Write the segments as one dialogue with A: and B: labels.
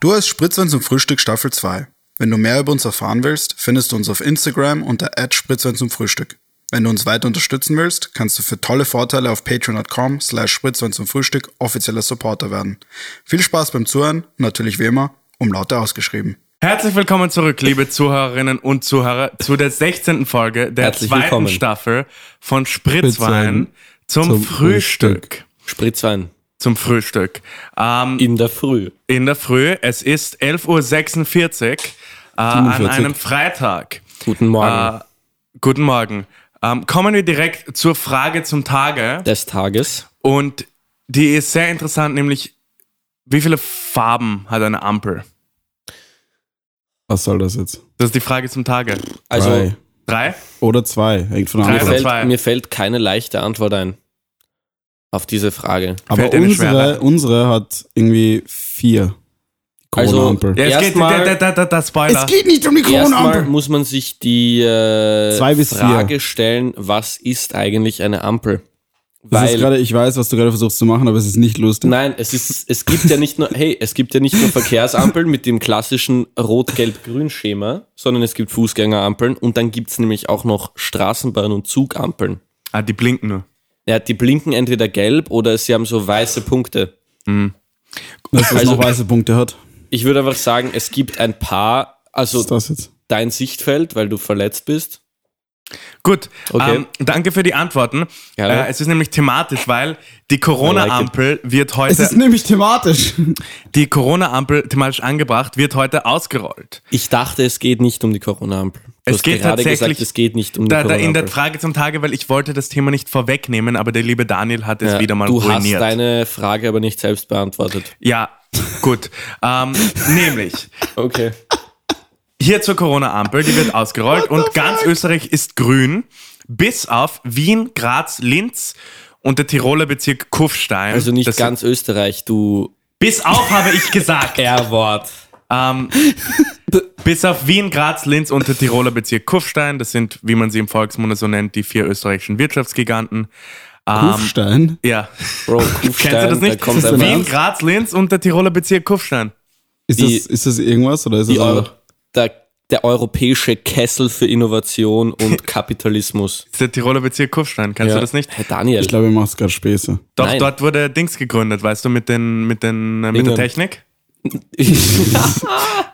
A: Du hast Spritzwein zum Frühstück Staffel 2. Wenn du mehr über uns erfahren willst, findest du uns auf Instagram unter Spritzwein zum Frühstück. Wenn du uns weiter unterstützen willst, kannst du für tolle Vorteile auf patreon.com slash Spritzwein zum Frühstück offizieller Supporter werden. Viel Spaß beim Zuhören, natürlich wie immer, umlaute ausgeschrieben.
B: Herzlich willkommen zurück, liebe Zuhörerinnen und Zuhörer, zu der 16. Folge der
C: Herzlich
B: zweiten
C: willkommen.
B: Staffel von Spritzwein
C: Spritzwein
B: zum,
C: zum
B: Frühstück.
C: Frühstück. Spritzwein
B: Zum Frühstück. Ähm,
C: in der Früh.
B: in der Früh, es ist 11.46 Uhr äh, an
C: 47.
B: einem Freitag.
C: Guten Morgen
B: Äh, guten Morgen. Ähm, kommen wir direkt zur Frage zum Tage
C: des Tages.
B: und die ist sehr interessant, nämlich wie viele Farben hat eine Ampel?
D: Was soll das jetzt?
B: Das ist die Frage zum Tage.
C: Also
D: Drei.
B: Drei?
D: Oder zwei, hängt von der
B: Drei oder
C: mir
D: Antwort ab.
B: zwei?
C: fällt, mir fällt keine leichte Antwort ein auf diese Frage.
D: Aber
B: fällt eine schwere.
C: ne?
D: unsere, unsere hat irgendwie vier.
C: Also,
D: Corona-Ampel.
B: Ja, es geht,
C: Erstmal-
B: da, da, da, da, da, Spoiler.
A: Es geht nicht um die
C: Erstmal
A: Corona-Ampel.
C: muss man sich die äh,
D: Zwei bis vier.
C: Frage stellen, was ist eigentlich eine Ampel?
D: das ist
C: Weil
D: gerade, ich weiß, was du gerade versuchst zu machen, aber es ist nicht lustig.
C: Nein, es ist, es gibt ja nicht nur, hey, es gibt ja nicht nur Verkehrsampeln mit dem klassischen Rot-Gelb-Grün-Schema, sondern es gibt Fußgängerampeln und dann gibt's nämlich auch noch Straßenbahn- und Zugampeln.
B: Ah, die blinken nur.
C: Ja, die blinken entweder gelb oder sie haben so weiße Punkte.
D: Dass das
C: Also-
D: noch weiße Punkte hat.
C: Ich würde einfach sagen, es gibt ein paar,
D: Was
C: also
D: ist das jetzt?
C: dein Sichtfeld, weil du verletzt bist.
B: Gut,
C: Okay.
B: ähm, danke für die Antworten.
C: Gerne.
B: Äh, es ist nämlich thematisch, weil die Corona-Ampel wird
D: Es ist
B: heute,
D: nämlich thematisch.
C: Ähm,
B: die Corona-Ampel thematisch angebracht, wird heute ausgerollt.
C: Ich dachte, es geht nicht um die Corona-Ampel. Du
B: Es
C: hast
B: geht
C: gerade
B: tatsächlich-
C: gesagt, es geht nicht um die
B: Da, da in der
C: Corona-Ampel.
B: Frage zum Tage, weil ich wollte das Thema nicht vorwegnehmen, aber der liebe Daniel hat es
C: Ja,
B: wieder mal
C: du hast
B: ruiniert.
C: deine Frage aber nicht selbst beantwortet.
B: ja, gut. ähm, nämlich,
C: Okay.
B: Hier zur Corona-Ampel, die wird ausgerollt und ganz Österreich ist grün, bis auf Wien, Graz, Linz und der Tiroler Bezirk Kufstein.
C: Also nicht
B: Das-
C: ganz Österreich, du
B: Bis auf habe ich gesagt.
C: R-Wort.
B: ähm, bis auf Wien, Graz, Linz und der Tiroler Bezirk Kufstein. Das sind, wie man sie im Volksmund so nennt, die vier österreichischen Wirtschaftsgiganten.
D: Kufstein.
B: Ja,
C: Bro,
B: kennst du das nicht?
C: Da kommt
D: Das ist
C: einfach
B: Wien,
D: Ernst?
B: Graz, Linz und der Tiroler Bezirk Kufstein.
D: Ist
C: die-
D: das, ist das irgendwas oder ist das
C: die Euro,
D: einfach-
C: der, der europäische Kessel für Innovation und Kapitalismus.
B: Das ist der Tiroler Bezirk Kufstein. Kennst du das nicht?
C: Herr Daniel,
D: Ich glaube, ihr macht gerade Späße.
B: Doch,
C: Nein.
B: dort wurde Dings gegründet, weißt du, mit, den, mit, den, äh, mit der
C: Dingen.
B: Technik.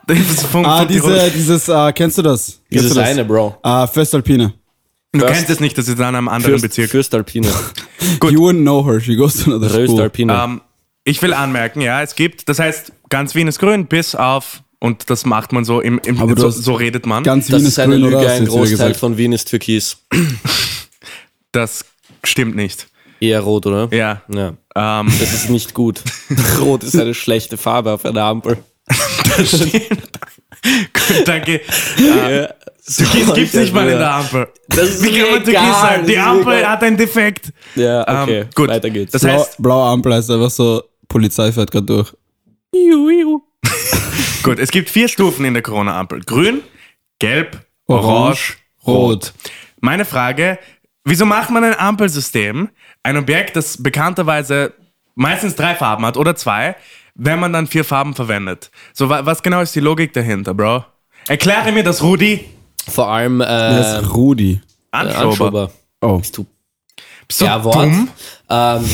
B: Das ist vom,
D: Ah,
B: vom Tiroler-
D: diese, dieses, äh, kennst du das? Kennst
C: dieses
D: du das?
C: eine, Bro.
D: Ah, Festalpine.
B: du
C: Fürst-
B: kennst es nicht, das ist in einem anderen
C: Fürst,
B: Bezirk.
C: Fürstalpine.
D: You wouldn't know her, she goes to another school.
C: Röstalpine.
B: Ähm, ich will anmerken, ja, es gibt, das heißt, ganz Wien ist grün, bis auf, und das macht man so, im, im,
D: Aber du
B: so,
D: hast
B: so redet man.
D: Ganz
C: das
D: Wien
C: ist eine
D: grün,
C: Lüge,
D: oder? Hast du
C: ein
D: jetzt wieder
C: Großteil
D: gesagt.
C: von Wien ist türkis.
B: das stimmt nicht.
C: Eher rot, oder?
B: Ja.
C: Ja.
B: Ähm,
C: Das ist nicht gut. Rot ist eine schlechte Farbe auf einer Ampel.
B: gut, danke.
C: Ja. Oh,
B: Türkis gibt's nicht mal in der Ampel.
C: Das ist
B: Wie kann
C: mir
B: man Türkis
C: egal,
B: sein? Die
C: das ist mir
B: Ampel
C: egal.
B: hat einen Defekt.
C: Ja, okay.
B: Ähm, gut.
C: Weiter geht's.
B: Das
D: Blau,
B: heißt,
D: blaue Ampel heißt einfach so, Polizei fährt gerade durch.
C: Iu, iu.
B: gut, es gibt vier Stufen in der Corona-Ampel. Grün, gelb, orange,
D: Orange,
B: rot. Meine Frage, wieso macht man ein Ampelsystem, ein Objekt, das bekannterweise meistens drei Farben hat oder zwei, wenn man dann vier Farben verwendet? So, wa was genau ist die Logik dahinter, Bro? Erkläre mir das, Rudi.
C: Vor allem äh,
D: Das ist Rudi.
B: Anschober.
C: Anschober.
D: Ähm, Oh,
C: Bist du
B: Bist du
C: Ja, Wort.
B: dumm?
C: Ähm,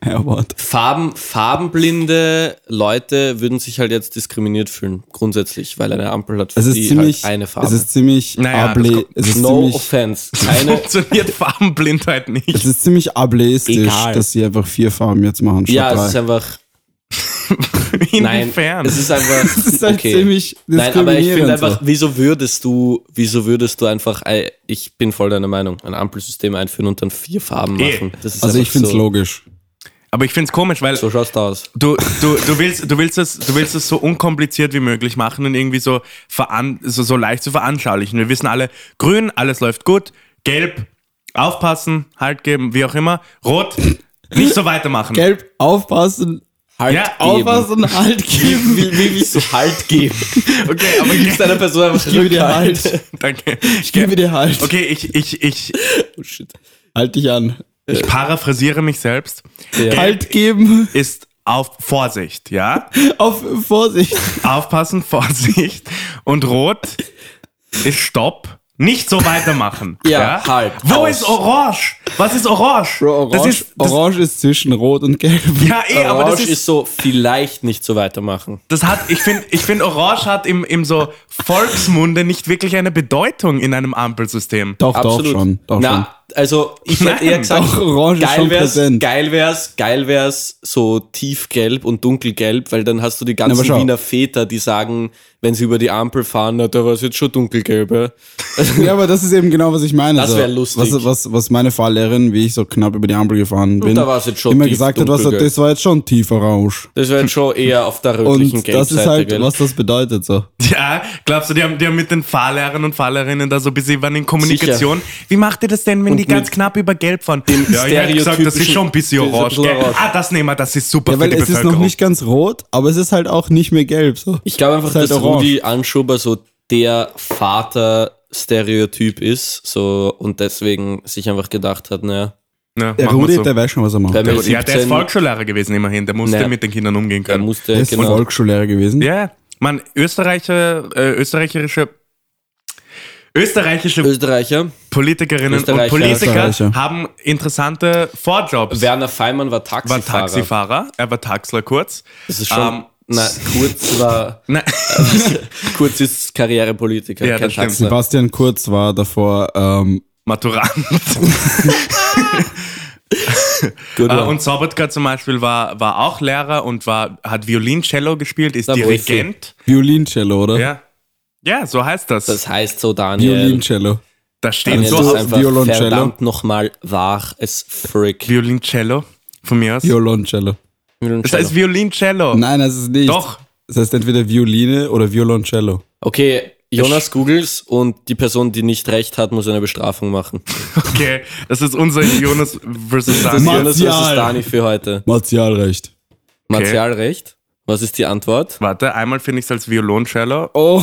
D: er war
C: Farben, farbenblinde Leute würden sich halt jetzt diskriminiert fühlen, grundsätzlich, weil eine Ampel hat für
D: Es ist
C: die
D: ziemlich,
C: halt eine Farbe.
D: Es ist ziemlich
B: Naja, das
D: able,
B: kommt-
D: es ist
C: no
D: ziemlich,
C: offense. Keine,
B: Funktioniert Farbenblindheit
D: es
B: nicht.
D: ist ziemlich ableistisch,
C: Egal.
D: dass sie einfach vier Farben jetzt machen statt
C: ja,
D: drei.
C: es ist einfach. Nein,
B: Inwiefern?
C: es ist einfach.
D: Das ist halt
C: okay.
D: ziemlich
C: Nein, aber ich
D: diskriminierend
C: finde einfach,
D: so.
C: wieso würdest du, wieso würdest du einfach, ein- ich bin voll deiner Meinung, ein Ampelsystem einführen und dann vier Farben
B: Eh.
C: machen? Das ist
D: Also
C: einfach
D: ich finde es
C: so,
D: logisch.
B: Aber ich find's komisch, weil
C: So schaust du aus.
B: du, du, du, willst, du, willst es, du willst es so unkompliziert wie möglich machen und irgendwie so, veran so, so leicht zu veranschaulichen. Wir wissen alle, grün, alles läuft gut, gelb, aufpassen, halt geben, wie auch immer, rot, nicht so weitermachen.
D: Gelb, aufpassen,
C: Halt
B: Ja,
D: aufpassen, halt geben.
C: Wie, wie willst du Halt geben?
B: Okay, aber
C: Du gibst
B: gelb,
C: einer Person einfach
D: Gib dir
C: Rückhalt.
D: Halt.
B: danke.
D: Gib dir Halt.
B: Okay, ich, ich, ich,
C: Oh shit.
D: Halt dich an.
B: ich paraphrasiere mich selbst.
C: Ja.
D: Halt geben.
B: Ist auf Vorsicht, ja?
D: Auf Vorsicht.
B: Aufpassen, Vorsicht. Und rot ist Stopp. Nicht so weitermachen.
C: Ja, halt,
B: Wo
C: aus.
B: ist Orange? Was ist Orange?
D: Bro, orange,
B: das ist, das,
D: orange ist zwischen Rot und Gelb.
B: ja, eh, aber das
C: Orange
B: ist,
C: ist so, vielleicht nicht so weitermachen.
B: das hat, ich finde, ich find, Orange hat im, im so Volksmunde nicht wirklich eine Bedeutung in einem Ampelsystem.
D: Doch, doch schon. Doch schon.
C: Na, also ich hätte eher
B: Nein,
C: gesagt,
D: doch, Orange ist
C: geil,
D: schon
C: wär's,
D: präsent.
C: geil wär's, geil wär's, so tiefgelb und dunkelgelb, weil dann hast du die ganzen
D: aber schau.
C: Wiener Väter, die sagen, wenn sie über die Ampel fahren, na, da war's jetzt schon dunkelgelb. ja.
D: Ja, aber das ist eben genau, was ich meine.
C: Das
D: So,
C: wär lustig.
D: Was, was, was meine Fahrlehrerin, wie ich so knapp über die Ampel gefahren bin,
C: da war's jetzt schon
D: immer
C: tief
D: gesagt hat, was,
C: dunkel, gell?
D: das war jetzt schon tiefer Rausch.
C: Das wäre jetzt schon eher auf der rötlichen
D: Und das
C: Gelbseite.
D: ist halt,
C: gell?
D: was das bedeutet. So.
B: Ja, glaubst du, die haben, die haben mit den Fahrlehrern und Fahrlehrerinnen da so ein bisschen waren in Kommunikation? Wie macht ihr das denn, wenn die ganz knapp über Gelb fahren? Ja, ich hätte gesagt, das ist
C: stereotypischen-
B: schon ein bisschen
C: das ist
B: orange.
C: ein bisschen
B: gell?
C: orange.
B: Ah, das nehmen wir, das ist super
D: Ja,
B: für
D: weil
B: die
D: es ist
B: Bevölkerung.
D: noch nicht ganz rot, aber es ist halt auch nicht mehr gelb. So.
C: Ich glaube einfach,
D: Ist halt
C: dass
D: orange.
C: Rudi Anschuber so der Vater-Stereotyp ist, so, und deswegen sich einfach gedacht hat, naja,
B: ja,
D: Der
B: machen wir
D: Rudi,
B: so.
D: der weiß schon, was er macht.
C: Der
D: Der,
C: mit
B: ja, der ist
C: 17
B: Volksschullehrer gewesen immerhin, der musste
C: Naja.
B: mit den Kindern umgehen
C: er
B: können.
C: musste,
D: ist
C: genau.
D: Volksschullehrer gewesen.
B: Ja, man, Österreicher, äh, österreichische, österreichische
C: Österreicher.
B: Politikerinnen
C: Österreicher.
B: und Politiker
D: Österreicher.
B: haben interessante Vorjobs.
C: Werner Feimann war Taxifahrer.
B: war Taxifahrer, er war Taxler kurz.
C: Das ist schon,
B: Ähm,
C: na, kurz war,
B: Nein,
C: kurz ist Karrierepolitiker,
B: Ja,
C: kein
B: das stimmt.
C: Taxler.
D: Sebastian Kurz war davor ähm,
B: Maturant.
C: Gut,
B: Äh,
C: war.
B: und Sobotka zum Beispiel war, war auch Lehrer und war, hat Violin-Cello gespielt, ist
C: Na, wo ist sie?
B: Dirigent.
D: Violincello, oder?
B: Ja. ja, so heißt das.
C: das heißt so, Daniel.
D: Violincello.
B: das steht
C: Daniel,
B: so
C: das ist
B: auf
C: einfach
D: Violoncello.
C: verdammt nochmal wahr, es frick.
B: Violin-Cello von mir aus.
D: Violoncello.
B: Das heißt Violin-Cello.
D: Nein, das ist nicht.
B: Doch.
D: Das heißt entweder Violine oder Violoncello.
C: Okay, Jonas googles und die Person, die nicht recht hat, muss eine Bestrafung machen.
B: Okay, das ist unser Jonas versus
C: Das ist
B: Daniel.
C: Jonas versus
D: Martial.
C: Dani für heute.
D: Martialrecht.
C: Martialrecht. Was ist die Antwort?
B: Warte, einmal finde ich es als Violoncello.
D: Oh.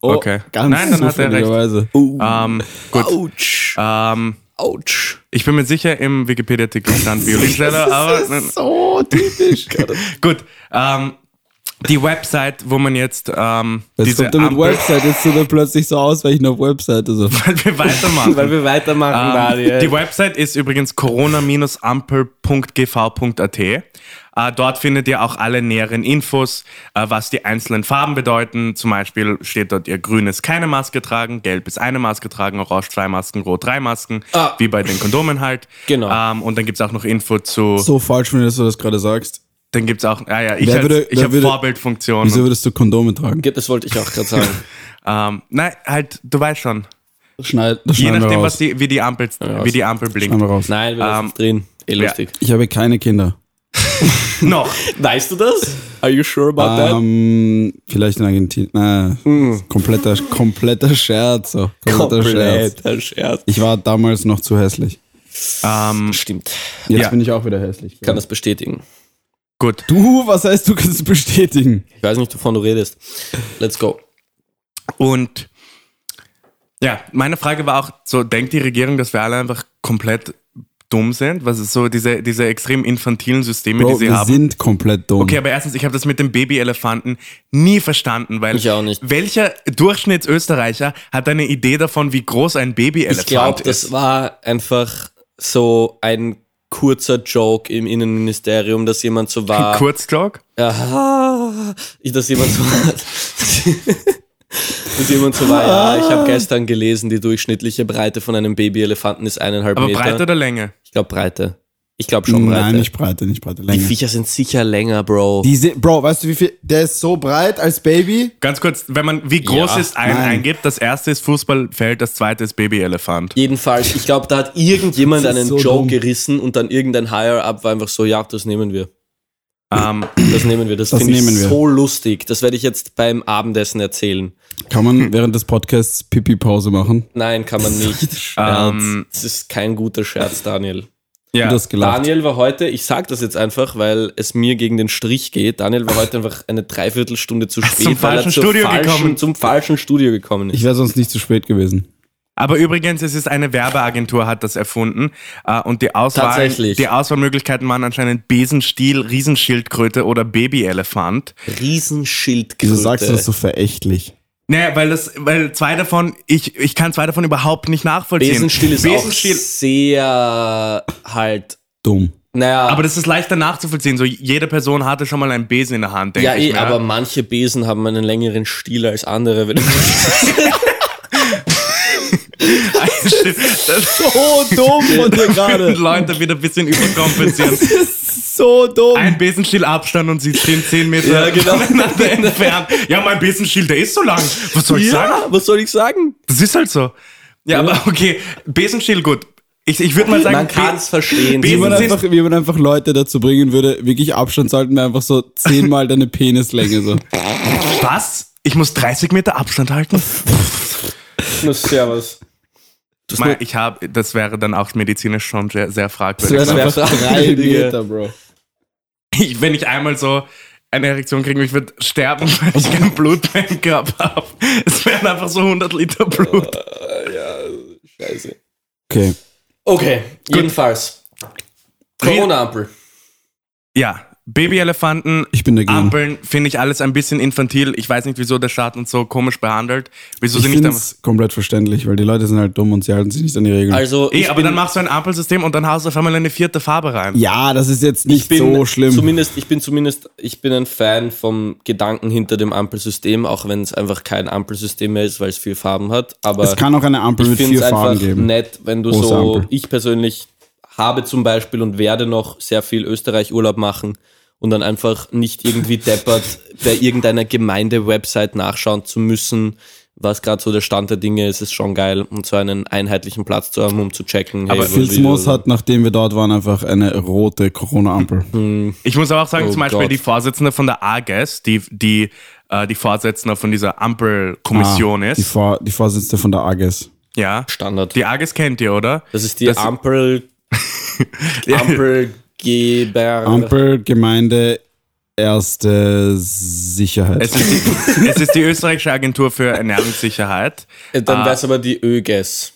D: oh
B: Okay.
D: Ganz
B: Nein, dann hat er recht.
D: zufälligerweise.
B: Ähm, gut.
C: Autsch.
B: Ähm,
C: Autsch.
B: ich bin mir sicher, im Wikipedia-Artikel stand Violoncello, aber
D: so typisch.
B: gut. Ähm, die Website, wo man jetzt ähm,
D: Jetzt
B: diese
D: kommt er mit
B: Ampel-
D: Website, jetzt tut er plötzlich so ausweichen auf Webseite. So.
B: weil wir weitermachen.
C: Weil wir weitermachen,
B: Ähm,
C: Daniel.
B: Die Website ist übrigens corona-ampel.gv.at. Äh, dort findet ihr auch alle näheren Infos, äh, was die einzelnen Farben bedeuten. Zum Beispiel steht dort, ihr grün ist keine Maske tragen, gelb ist eine Maske tragen, orange zwei Masken, rot drei Masken,
C: Ah.
B: wie bei den Kondomen halt.
C: Genau.
B: Ähm, und dann gibt's auch noch Info zu,
D: So falsch, wenn du das gerade sagst.
B: dann gibt's auch, ah ja, ich,
D: Wer
B: als-
D: würde-
B: ich
D: wer
B: habe
D: würde-
B: Vorbildfunktion.
D: Wieso würdest du Kondome tragen?
C: Das wollte ich auch gerade sagen.
B: ähm, nein, halt, du weißt schon.
D: Schneid, das
B: Je
D: schneiden wir
B: nachdem,
D: raus.
B: was die, wie, die Ampel, wie die Ampel
D: Schneiden
B: blinkt.
D: wir raus.
C: Nein, wir lassen
B: Ähm,
C: es drehen. Eh lustig.
D: Ich habe keine Kinder.
B: Noch.
C: Weißt du das? Are you sure
D: Ah,
C: about
D: Ähm, vielleicht in Argentinien. Nein,
B: Hm.
D: kompletter, kompletter Scherz. So. Kompletter Scherz.
C: Kompletter Scherz.
D: Ich war damals noch zu hässlich.
B: Ähm,
C: Stimmt.
D: Jetzt
B: Ja.
D: bin ich auch wieder hässlich.
C: Ich kann das bestätigen.
B: gut.
D: du, was heißt, du kannst es bestätigen?
C: Ich weiß nicht, wovon du redest. Let's go.
B: Und ja, meine Frage war auch so, denkt die Regierung, dass wir alle einfach komplett dumm sind? Was ist so diese, diese extrem infantilen Systeme, die
D: Bro,
B: sie
D: wir
B: haben?
D: sind komplett dumm.
B: Okay, aber erstens, ich habe das mit dem Babyelefanten nie verstanden, weil
C: Ich auch nicht.
B: welcher Durchschnittsösterreicher hat eine Idee davon, wie groß ein
C: Ich glaube,
B: Babyelefant
C: das
B: ist?
C: war einfach so ein kurzer Joke im Innenministerium, dass jemand so war.
B: Kurzjog?
C: Aha, ich, dass jemand so war. dass jemand so war, ja, ich habe gestern gelesen, die durchschnittliche Breite von einem Babyelefanten ist eineinhalb
B: Aber
C: Meter.
B: Breite oder Länge?
C: Ich glaube Breite. Ich glaube schon Breite.
D: Nein, nicht breite, nicht breite.
C: die
D: Länge.
C: Viecher sind sicher länger, Bro.
D: Die sind, Bro, weißt du, wie viel? Der ist so breit als Baby.
B: Ganz kurz, wenn man wie groß
C: Ja,
B: ist ein
D: nein.
B: eingibt, das erste ist Fußballfeld, das zweite ist Babyelefant.
C: Jedenfalls, ich glaube, da hat irgendjemand
D: Das ist
C: einen
D: so
C: Joke
D: dumm.
C: gerissen und dann irgendein Higher-Up war einfach so, ja, das nehmen wir.
B: Ähm,
C: Das nehmen wir. Das,
D: Das
C: finde ich
D: nehmen wir.
C: so lustig. Das werde ich jetzt beim Abendessen erzählen.
D: Kann man während des Podcasts Pipi-Pause machen?
C: Nein, kann man nicht. Scherz.
B: Ähm.
C: das ist kein guter Scherz, Daniel.
B: ja.
D: Du hast gelacht.
C: Daniel war heute, ich sag das jetzt einfach, weil es mir gegen den Strich geht. Daniel war heute einfach eine Dreiviertelstunde zu spät,
B: zum
C: weil
B: falschen
C: er zur
B: Studio
C: falschen,
B: gekommen.
C: zum falschen Studio gekommen ist.
D: Ich wäre sonst nicht zu spät gewesen.
B: Aber übrigens, es ist eine Werbeagentur, hat das erfunden. Äh, und die, Auswahl,
C: Tatsächlich.
B: die Auswahlmöglichkeiten waren anscheinend Besenstiel, Riesenschildkröte oder Babyelefant.
C: Riesenschildkröte.
D: Wieso sagst du das so verächtlich?
B: Naja, weil das, weil zwei davon, ich, ich kann zwei davon überhaupt nicht nachvollziehen.
C: Besenstiel ist
B: Besenstiel-
C: auch sehr halt,
D: Dumm.
C: naja,
B: Aber das ist leichter nachzuvollziehen. So jede Person hatte schon mal einen Besen in der Hand, denke
C: ja
B: ich.
C: eh,
B: mir. ne?
C: aber manche Besen haben einen längeren Stiel als andere. Wenn
B: Das
D: Oh, dumm von dir
B: können Leute wieder ein bisschen überkompensieren.
D: So dumm.
B: Ein Besenstiel Abstand und sie stehen 10 Meter
C: Ja, genau.
B: voneinander entfernt. Ja, mein Besenstiel, der ist so lang. Was soll ich sagen?
C: was soll ich sagen?
B: Das ist halt so. Ja, aber okay. Besenstiel, gut. Ich, ich würde mal sagen,
C: Man kann
B: Be-
C: es verstehen.
D: Wie man,
B: Besen-
D: einfach, wie man einfach Leute dazu bringen würde, wirklich Abstand sollten wir einfach so zehnmal deine Penislänge so.
B: was? Ich muss 30 Meter Abstand halten?
C: Servus. Das
B: Mal, ich habe, das wäre dann auch medizinisch schon sehr, sehr fragwürdig.
D: Das wären
C: wär
D: einfach
C: Frage,
D: drei
C: Digga.
D: Meter, Bro.
B: ich, wenn ich einmal so eine Erektion kriege, ich würde sterben, weil ich kein Blut mehr im Körper habe. Es wären einfach so 100 Liter Blut.
C: Scheiße.
D: Okay.
C: eh- Okay, jedenfalls. Corona-Ampel.
B: Ja, Babyelefanten,
D: Ich bin dagegen.
B: Ampeln finde ich alles ein bisschen infantil. Ich weiß nicht, wieso der Staat uns so komisch behandelt. Wieso
D: Ich
B: sie nicht
D: finde
B: am
D: es komplett verständlich, weil die Leute sind halt dumm und sie halten sich nicht an die Regeln.
C: Also,
B: Ey,
C: ich
B: Eh, aber dann machst du ein Ampelsystem und dann haust du auf einmal eine vierte Farbe rein.
D: ja, das ist jetzt
C: ich
D: nicht
C: bin
D: so schlimm.
C: Zumindest, ich bin zumindest, ich bin ein Fan vom Gedanken hinter dem Ampelsystem, auch wenn es einfach kein Ampelsystem mehr ist, weil es vier Farben hat. Aber
D: es kann auch eine Ampel
C: ich
D: mit
C: finde
D: vier
C: es einfach
D: Farben geben.
C: nett, wenn du
D: Große
C: so,
D: Ampel.
C: ich persönlich habe zum Beispiel und werde noch sehr viel Österreich-Urlaub machen und dann einfach nicht irgendwie deppert bei irgendeiner Gemeinde-Website nachschauen zu müssen, was gerade so der Stand der Dinge ist, ist schon geil und so einen einheitlichen Platz zu haben, um zu checken. hey,
B: Aber
C: was
D: Filzmoos
C: will-
D: hat, nachdem wir dort waren, einfach eine rote Corona-Ampel.
B: Ich muss aber auch sagen,
C: Oh
B: zum Beispiel
C: Gott.
B: die Vorsitzende von der AGES, die, die, äh, die Vorsitzende von dieser Ampelkommission
D: Ah, Die,
B: ist.
D: Vor die Vorsitzende von der E AGES.
B: Ja.
C: Standard.
B: Die AGES kennt ihr, oder?
C: das ist die
B: das-
C: Ampel Ampelgeber.
D: Ampel, Gemeinde, erste Sicherheit.
B: Es ist, die, es ist die österreichische Agentur für Ernährungssicherheit,
C: Äh, Dann wär's aber die ÖGES.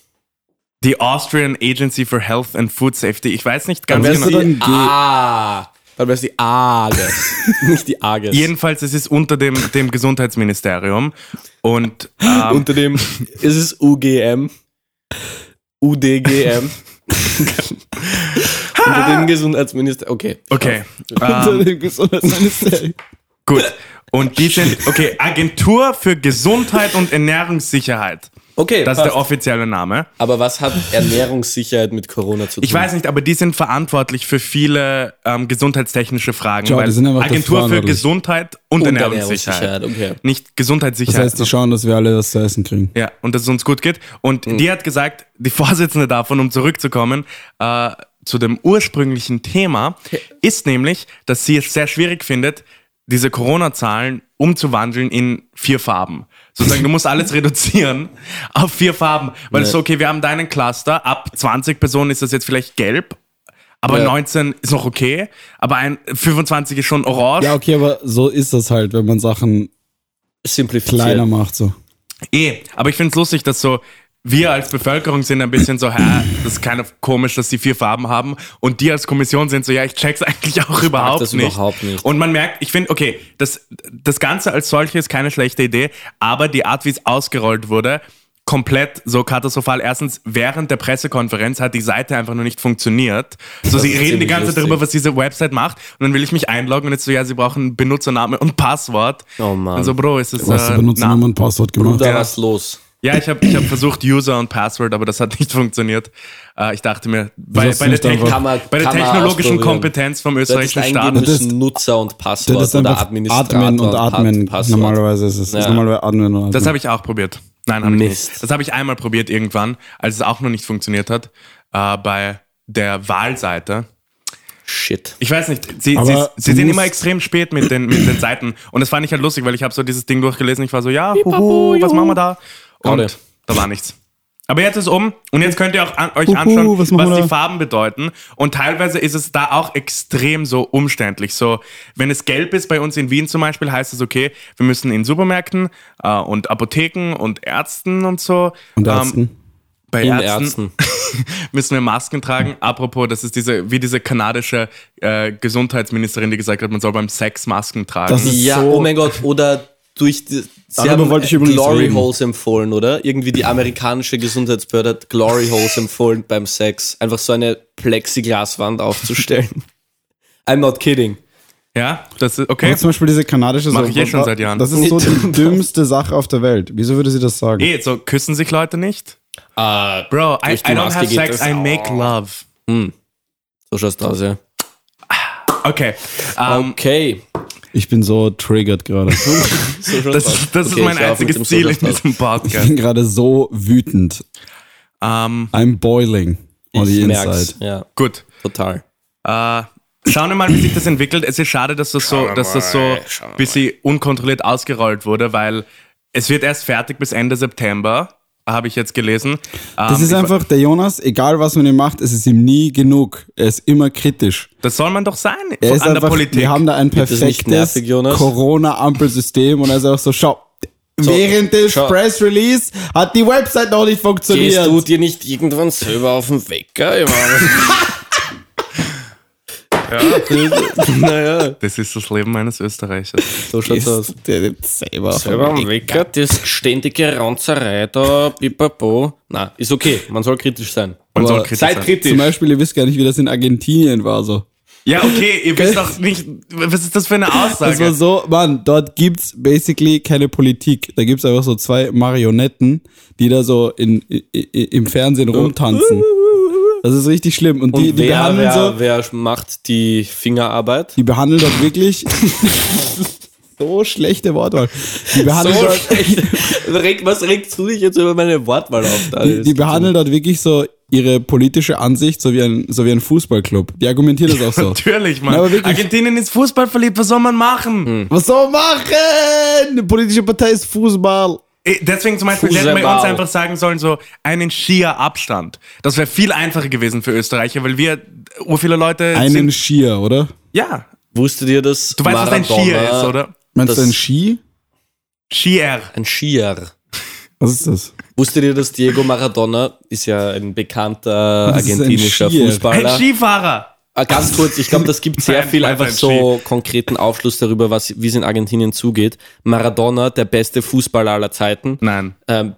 B: die Austrian Agency for Health and Food Safety. Ich weiß nicht ganz
D: wärst
B: genau.
D: du dann G-
C: Ah. Dann wär's die AGES. Nicht die AGES.
B: Jedenfalls, es ist unter dem, dem Gesundheitsministerium und ähm,
C: Unter dem ist es UGM. UDGM. Unter dem Gesundheitsminister. Okay.
B: okay,
D: Unter
B: ähm,
D: dem Gesundheitsministerium.
B: gut. Und die sind okay Agentur für Gesundheit und Ernährungssicherheit.
C: Okay.
B: Das ist der offizielle Name.
C: aber was hat Ernährungssicherheit mit Corona zu tun?
B: Ich weiß nicht, aber die sind verantwortlich für viele ähm, gesundheitstechnische Fragen.
D: Schau,
B: weil
D: die sind einfach dafür
B: Agentur für
D: verantwortlich.
B: Gesundheit und,
C: Und
B: Ernährungssicherheit.
C: Ernährungssicherheit, okay.
B: Nicht
D: Das
B: Gesundheitssicherheit.
D: heißt, die schauen, dass wir alle was zu essen kriegen.
B: Ja, und dass es uns gut geht. Und die hat gesagt, die Vorsitzende davon, um zurückzukommen, äh, zu dem ursprünglichen Thema, ist nämlich, dass sie es sehr schwierig findet, diese Corona-Zahlen umzuwandeln in vier Farben. Sozusagen, du musst alles reduzieren auf vier Farben. Weil es so, okay, wir haben deinen Cluster, ab 20 Personen ist das jetzt vielleicht gelb, aber
C: Ja.
B: 19 ist noch okay, aber ein, 25 ist schon orange.
D: Ja, okay, aber so ist das halt, wenn man Sachen
C: Simplifiziert.
D: kleiner macht. So.
B: Eh, aber ich finde es lustig, dass so wir als Bevölkerung sind ein bisschen so, hä, das ist kind of komisch, dass die vier Farben haben. Und die als Kommission sind so, ja, ich check's eigentlich auch überhaupt
C: das
B: nicht.
C: überhaupt nicht.
B: Und man merkt, ich finde, okay, das, das Ganze als solche ist keine schlechte Idee, aber die Art, wie es ausgerollt wurde, komplett so katastrophal. Erstens, während der Pressekonferenz hat die Seite einfach nur nicht funktioniert. So, sie
C: ist
B: reden die
C: ziemlich
B: ganze Zeit
C: lustig.
B: darüber, was diese Website macht. Und dann will ich mich einloggen und jetzt so, ja, sie brauchen Benutzername und Passwort.
C: Oh Mann.
B: Und so, Bro, ist es
D: Du hast
B: äh,
D: du Benutzernamen
B: na-
D: und Passwort gemacht.
C: Da
B: Ja.
C: was los.
B: ja, ich habe ich hab versucht User und Password, aber das hat nicht funktioniert. Äh, ich dachte mir, bei,
D: hast
B: bei, der,
D: du nicht
B: Techn
D: einfach-
C: Kann man-
B: bei der
C: kann man
B: technologischen
C: ausprobieren.
B: Kompetenz vom
C: Du hättest
B: österreichischen
C: eingeben
B: Staat.
D: Das ist-
C: müssen Nutzer und
D: Das
C: Passwort
D: ist
C: oder
D: einfach
C: Administrator
D: Admin und Admin.
C: Passwort.
D: Normalerweise ist es.
C: Ja.
D: Ist normalerweise Admin und Admin.
B: Das habe ich auch probiert. Nein, habe ich
C: Mist.
B: nicht. Das habe ich einmal probiert irgendwann, als es auch noch nicht funktioniert hat, äh, bei der Wahlseite.
C: Shit.
B: Ich weiß nicht, sie,
D: Aber
B: sie, sie
D: du
B: sind
D: musst-
B: immer extrem spät mit den, mit den Seiten. Und das fand ich halt lustig, weil ich habe so dieses Ding durchgelesen. Ich war so, ja, huhu, was machen wir da? Und
C: Gerade.
B: da war nichts. Aber jetzt ist um und jetzt könnt ihr auch an, euch
D: Huhu,
B: anschauen, was,
D: was machen wir
B: die
D: da?
B: Farben bedeuten. Und teilweise ist es da auch extrem so umständlich. So, wenn es gelb ist bei uns in Wien zum Beispiel, heißt es, okay, wir müssen in Supermärkten äh, und Apotheken und Ärzten und so.
D: Und
B: ähm,
D: Ärzten.
B: bei
C: In
B: Ärzten,
C: Ärzten.
B: müssen wir Masken tragen. Apropos, das ist diese, wie diese kanadische äh, Gesundheitsministerin, die gesagt hat, man soll beim Sex Masken tragen.
D: Das ist
C: Ja,
D: so-
C: oh mein Gott, oder durch die. Sie
D: Darüber wollte ich übrigens
C: Glory
D: reden.
C: Holes empfohlen, oder? Irgendwie die amerikanische Gesundheitsbehörde hat Glory Holes empfohlen beim Sex. Einfach so eine Plexiglaswand aufzustellen. I'm not kidding.
B: ja, das ist
D: Aber
B: okay.
D: Zum Beispiel diese kanadische
B: Mach
D: so-
B: ich eh schon seit Jahren.
D: Das ist so die dümmste Sache auf der Welt. Wieso würde sie das sagen?
B: Eh, so küssen sich Leute nicht? Bro, I, I
C: durch
B: don't
C: die Äh, Maske
B: have
C: geht
B: sex,
C: das.
B: I make love.
C: So schaut's draus, ja.
B: Okay. ähm,
C: Okay.
D: Ich bin so triggered gerade. Ich
C: So schaut's
B: Das,
C: draus.
B: das
C: Okay,
B: ist mein
C: ich hör auf mit
B: einziges
C: dem
B: Ziel
C: So
B: in
C: schaut's draus.
B: diesem Podcast.
D: bin gerade so wütend.
B: Ähm,
D: I'm boiling on the
C: Ich
D: inside.
C: merk's. Ja,
B: gut.
C: total.
B: Äh, schauen wir mal, wie sich das entwickelt. Es ist schade, dass das so, dass das so ein bisschen unkontrolliert ausgerollt wurde, weil es wird erst fertig bis Ende September, habe ich jetzt gelesen.
D: Das
B: Ähm,
D: ist
B: ich-
D: einfach, der Jonas, egal was man ihm macht, es ist ihm nie genug. Er ist immer kritisch.
B: das soll man doch sein
D: Er
B: von-
D: ist
B: an der
D: einfach,
B: Politik.
D: wir haben da ein
C: das nicht
D: perfektes
C: nervig, Jonas?
D: Corona-Ampelsystem und er ist auch so, schau, während des
C: schau.
D: Press-Release hat die Website noch nicht
C: Gehst
D: funktioniert.
C: du dir nicht irgendwann selber auf den Wecker? Ich meine- Naja,
B: das ist das Leben eines Österreichers.
C: so schaut's aus.
D: dir nicht selber auf
C: Selber am Wecker, das ständige Ranzerei da, pipapo. Na, ist okay, man soll kritisch sein.
B: Man soll
D: Aber
B: kritisch
C: Seid
B: sein.
D: Zum
C: kritisch.
D: Beispiel, ihr wisst gar nicht, wie das in Argentinien war. So.
B: Ja, okay, ihr wisst doch nicht, was ist das für eine
D: Das war
B: Aussage?
D: so, Mann, dort gibt's basically keine Politik. Da gibt's einfach so zwei Marionetten, die da so in, i, i, im Fernsehen rumtanzen. Das ist richtig schlimm. Und die,
C: Und
D: die
C: wer,
D: behandeln
C: wer,
D: so,
C: wer macht die Fingerarbeit?
D: die behandeln dort wirklich so schlechte Wortwahl. Die behandeln
C: So
D: dort,
C: schlecht. Reg- Was regst du dich jetzt über meine Wortwahl auf? Da?
D: die, die behandeln dort wirklich so ihre politische Ansicht so wie ein, so wie ein Fußballclub. Die argumentieren das auch so.
B: Natürlich, Mann.
D: Na, aber wirklich. Hm.
B: Argentinien ist Fußball verliebt, was soll man machen?
D: Was soll man machen? Eine politische Partei ist Fußball.
B: Eh, Deswegen zum Beispiel hätten wir
C: Fußball.
B: uns einfach sagen sollen, so einen schier Abstand. Das wäre viel einfacher gewesen für Österreicher, weil wir, ur viele Leute
D: Einen
B: sind,
D: Skier, oder?
B: ja,
C: Wusstet ihr, dass
B: du weißt, was ein Skier ist, oder?
D: Meinst
C: Das-
D: du einen Ski?
B: Skier.
C: Ein Skier.
D: Was ist das?
C: Wusstet ihr, dass Diego Maradona ist ja ein bekannter
D: Das ist ein
C: argentinischer
D: Skier.
B: Ein
C: Fußballer?
B: Skifahrer.
C: Ah, Ganz kurz, ich glaube, das gibt sehr
B: Nein,
C: viel
B: nein,
C: einfach
B: nein,
C: so konkreten Aufschluss darüber, was- wie es in Argentinien zugeht. Maradona, der beste Fußballer aller Zeiten.
B: Nein.
C: Ähm,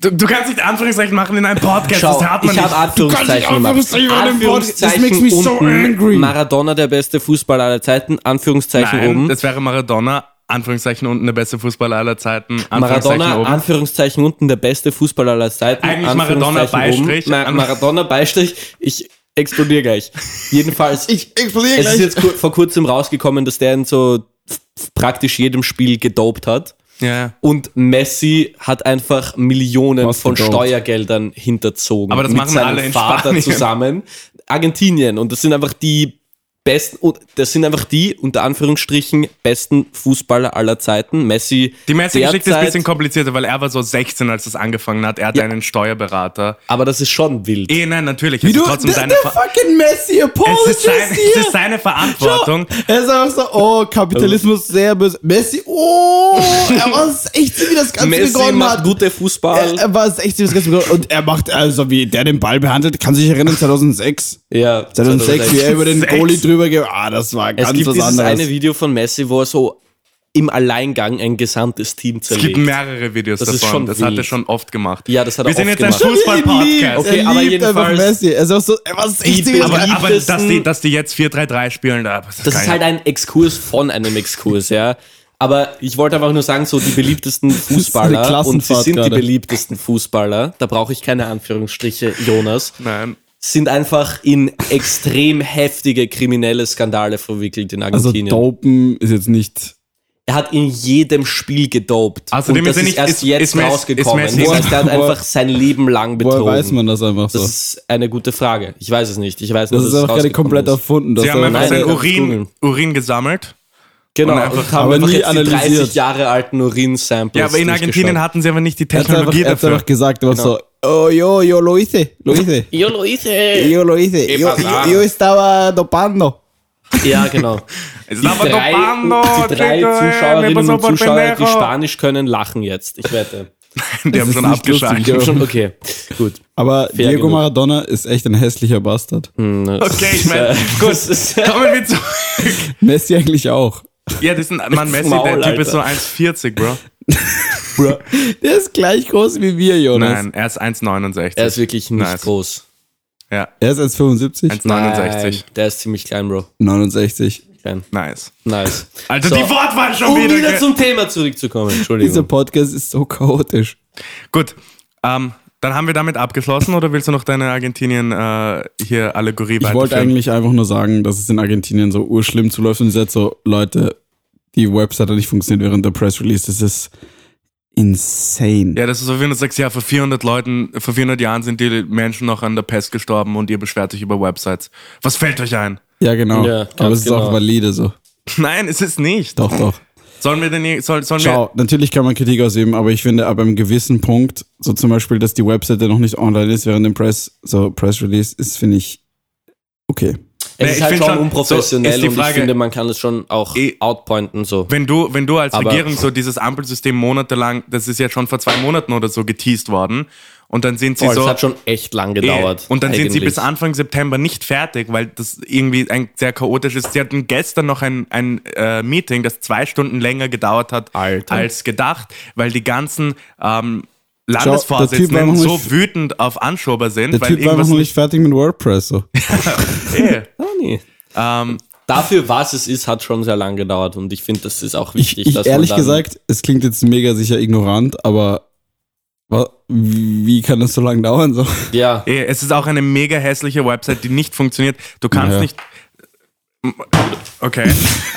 B: Du, du kannst nicht Anführungszeichen machen in einem Podcast,
C: schau,
B: das hat man
C: ich habe
B: nicht.
C: Anführungszeichen gemacht. Anführungszeichen unten, Maradona, der beste Fußballer aller Zeiten. Anführungszeichen
B: Nein,
C: oben.
B: das wäre Maradona, Anführungszeichen unten, der beste Fußballer aller Zeiten, Anführungszeichen
C: Maradona,
B: oben.
C: Anführungszeichen unten, der beste Fußballer aller Zeiten.
B: Eigentlich Maradona,
C: Anführungszeichen oben.
B: Beistrich.
C: Ma Maradona, Beistrich. Ich explodiere gleich. Jedenfalls.
D: Ich explodiere
C: Es ist jetzt kur vor kurzem rausgekommen, dass der in so f- f- praktisch jedem Spiel gedopt hat.
B: ja.
C: Und Messi hat einfach Millionen
D: Was
C: von
D: gedopt?
C: Steuergeldern hinterzogen.
B: Aber das
C: mit
B: machen
C: seinem
B: alle in
C: Vater
B: Spanien.
C: zusammen. Argentinien. Und das sind einfach die besten, und das sind einfach die, unter Anführungsstrichen, besten Fußballer aller Zeiten. Messi.
B: Die Messi-Geschichte ist ein
C: derzeit-
B: bisschen komplizierter, weil er war so 16, als das angefangen hat. Er hatte einen Steuerberater.
C: Aber das ist schon wild.
B: Eh, nein, natürlich. Es ist trotzdem seine Ver-
D: fucking
B: es
D: Messi
B: ist,
D: apologist
B: sein, es ist seine Verantwortung.
D: Er ist einfach so, oh, Kapitalismus sehr böse. Messi, oh, er war es echt, wie das Ganze
C: Messi
D: begonnen
C: macht
D: hat.
C: gute Fußball.
D: Er, er war es echt, wie das Ganze begonnen hat. Und er macht, also wie der den Ball behandelt, kann sich erinnern, 2006.
C: ja,
D: 2006, wie er über den
B: Sechs.
D: Goalie drüber geht. Ah, das war
C: Es
D: ganz
C: gibt
D: was
C: dieses
D: anderes.
C: eine Video von Messi, wo er so im Alleingang ein gesamtes Team
B: Es gibt
C: zerlegt.
B: mehrere Videos
C: Das ist
B: davon.
C: schon
B: das hat er
C: wild.
B: schon oft gemacht.
C: Ja, das hat er
B: Wir sind jetzt
C: oft gemacht.
B: ein
D: Schon wieder ihn
B: Fußball-Podcast.
D: liebt.
C: Okay,
D: er
C: aber
D: liebt einfach
C: jedenfalls-
D: Messi. Er ist auch so, er war es echt, wie das
C: Aber-
D: Ganze
B: Aber, aber
C: liebtesten-
B: dass, die, dass die jetzt 4-3-3 spielen, da, das,
C: Das ist halt ein Exkurs von einem Exkurs, ja. Aber ich wollte einfach nur sagen, so die beliebtesten
D: eine
C: Fußballer und sie
D: Klassenfahrt
C: sind
D: gerade.
C: die beliebtesten Fußballer, da brauche ich keine Anführungsstriche, Jonas,
B: Nein.
C: sind einfach in extrem heftige kriminelle Skandale verwickelt in
D: Also,
C: Argentinien.
D: Dopen ist jetzt nicht.
C: er hat in jedem Spiel gedopt.
B: Außerdem
C: und das
B: ist er
C: ist
B: nicht-
C: erst
B: ist-
C: jetzt
B: ist Messi- ist
C: rausgekommen.
B: Messi-
C: das heißt, er hat
D: Woher-
C: einfach sein Leben lang betrogen.
D: Woher weiß man das einfach so?
C: Das ist eine gute Frage. Ich weiß es nicht. Ich weiß nur,
D: Das ist
C: dass es
D: einfach gerade
C: rausgekommen
D: komplett
C: ist.
D: erfunden. dass
B: Sie haben
D: er-
B: einfach
C: nein,
B: sein
C: nein, das
B: Urin,
C: googeln.
B: Urin gesammelt.
C: Genau,
B: Und
C: und
B: einfach-
C: einfach, haben
D: aber
C: aber einfach
D: nie
C: jetzt die
D: analysiert.
C: 30 Jahre alten Urin-Samples.
B: Ja, aber in Argentinien hatten sie aber nicht die
D: Er hat einfach,
B: Technologie
D: er hat's
B: dafür. Genau.
D: einfach gesagt, aber so, oh, yo, yo lo hice, lo hice,
C: Yo lo hice.
D: yo lo hice,
C: ¿Qué
D: yo, yo,
C: pasa?
D: yo estaba dopando.
C: Ja, genau.
B: Es
C: Die
B: war
C: drei,
B: Dopando,
C: die drei
B: Chico, eh,
C: Zuschauerinnen
B: Neposo
C: und Zuschauer, die
B: Pendejo.
C: Spanisch können, lachen jetzt. Ich wette.
B: Die
D: Das
B: haben
D: ist
B: schon
D: nicht
B: abgeschaltet.
D: lustig,
C: Schon, okay, gut.
D: Aber Diego
C: genug. Hm.
D: Maradona ist echt ein hässlicher Bastard.
B: Okay, ich meine, gut,
C: Das ist-
B: kommen wir zu.
D: Messi eigentlich auch.
B: Ja, das ist ein Mann Messi,
C: Maul,
B: der Typ
C: Alter.
B: ist so 1,40, Bro.
D: Der ist gleich groß wie wir, Jonas.
B: Nein, er ist 1,69.
C: Er ist wirklich nicht
B: Nice.
C: groß.
B: ja,
D: Er ist als 75.
B: 1,69.
C: Nein, der ist ziemlich klein, Bro.
D: 69.
C: Klein.
B: Nice.
C: Nice.
B: Also
C: So.
B: die Wortwahl schon
C: Um
B: wieder.
C: wieder
B: ge-
C: zum Thema zurückzukommen.
D: Dieser
C: Entschuldigung.
D: Podcast ist so chaotisch.
B: Gut, ähm, dann haben wir damit abgeschlossen oder willst du noch deine Argentinien äh, hier Allegorie
D: Ich wollte
B: weiterführen?
D: eigentlich einfach nur sagen, dass es in Argentinien so urschlimm zuläuft und ihr seid so, Leute, die Website hat nicht funktioniert während der Press Release. Das ist insane.
B: Ja, das ist so, wenn du sagst, ja, vor 400 Leuten, vor 400 Jahren sind die Menschen noch an der Pest gestorben und ihr beschwert euch über Websites. Was fällt euch ein?
D: Ja, genau.
C: Ja, ganz
D: Aber es ist auch
C: genau.
D: valide so.
B: Nein, es ist nicht.
D: Doch, doch.
B: Sollen wir denn, je- soll, sollen wir,
D: Schau, natürlich kann man Kritik ausüben, aber ich finde, ab einem gewissen Punkt, so zum Beispiel, dass die Webseite noch nicht online ist während dem Press, so Press Release, ist, finde ich, okay.
B: Nee,
C: Es ist
B: ich
C: halt
B: find
C: schon
B: schon- so,
C: unprofessionell
B: ist die
C: und ich
B: Frage-
C: finde, man kann es schon auch
B: Eh.
C: outpointen. So.
B: wenn du, wenn du als
C: Aber-
B: Regierung so dieses Ampelsystem monatelang, das ist ja schon vor zwei Monaten oder so geteased worden und dann sind sie
C: Boah,
B: so.
C: das hat schon echt lang
B: Eh,
C: gedauert.
B: Und dann sind sie
C: eigentlich.
B: bis Anfang September nicht fertig, weil das irgendwie ein sehr chaotisch ist. Sie hatten gestern noch ein, ein äh, Meeting, das zwei Stunden länger gedauert hat
C: Alter.
B: als gedacht, weil die ganzen ähm,
D: der Typ war noch
B: Landesvorsitzenden
D: nicht-
B: so wütend auf Anschober sind,
D: Der
B: weil
D: Typ war einfach
B: irgendwas
D: noch nicht fertig mit WordPress. So.
B: Eh,
C: Ah, nee.
B: ähm,
C: Dafür, was es ist, hat schon sehr lang gedauert und ich finde, das ist auch
D: Ich,
C: wichtig,
D: ich
C: dass
D: ehrlich
C: man dann,
D: gesagt, es klingt jetzt mega sicher ignorant, aber wa- wie wie kann das so lange dauern? So?
C: ja,
B: eh, es ist auch eine mega hässliche Website, die nicht funktioniert. Du kannst
D: Naja.
B: nicht. Okay.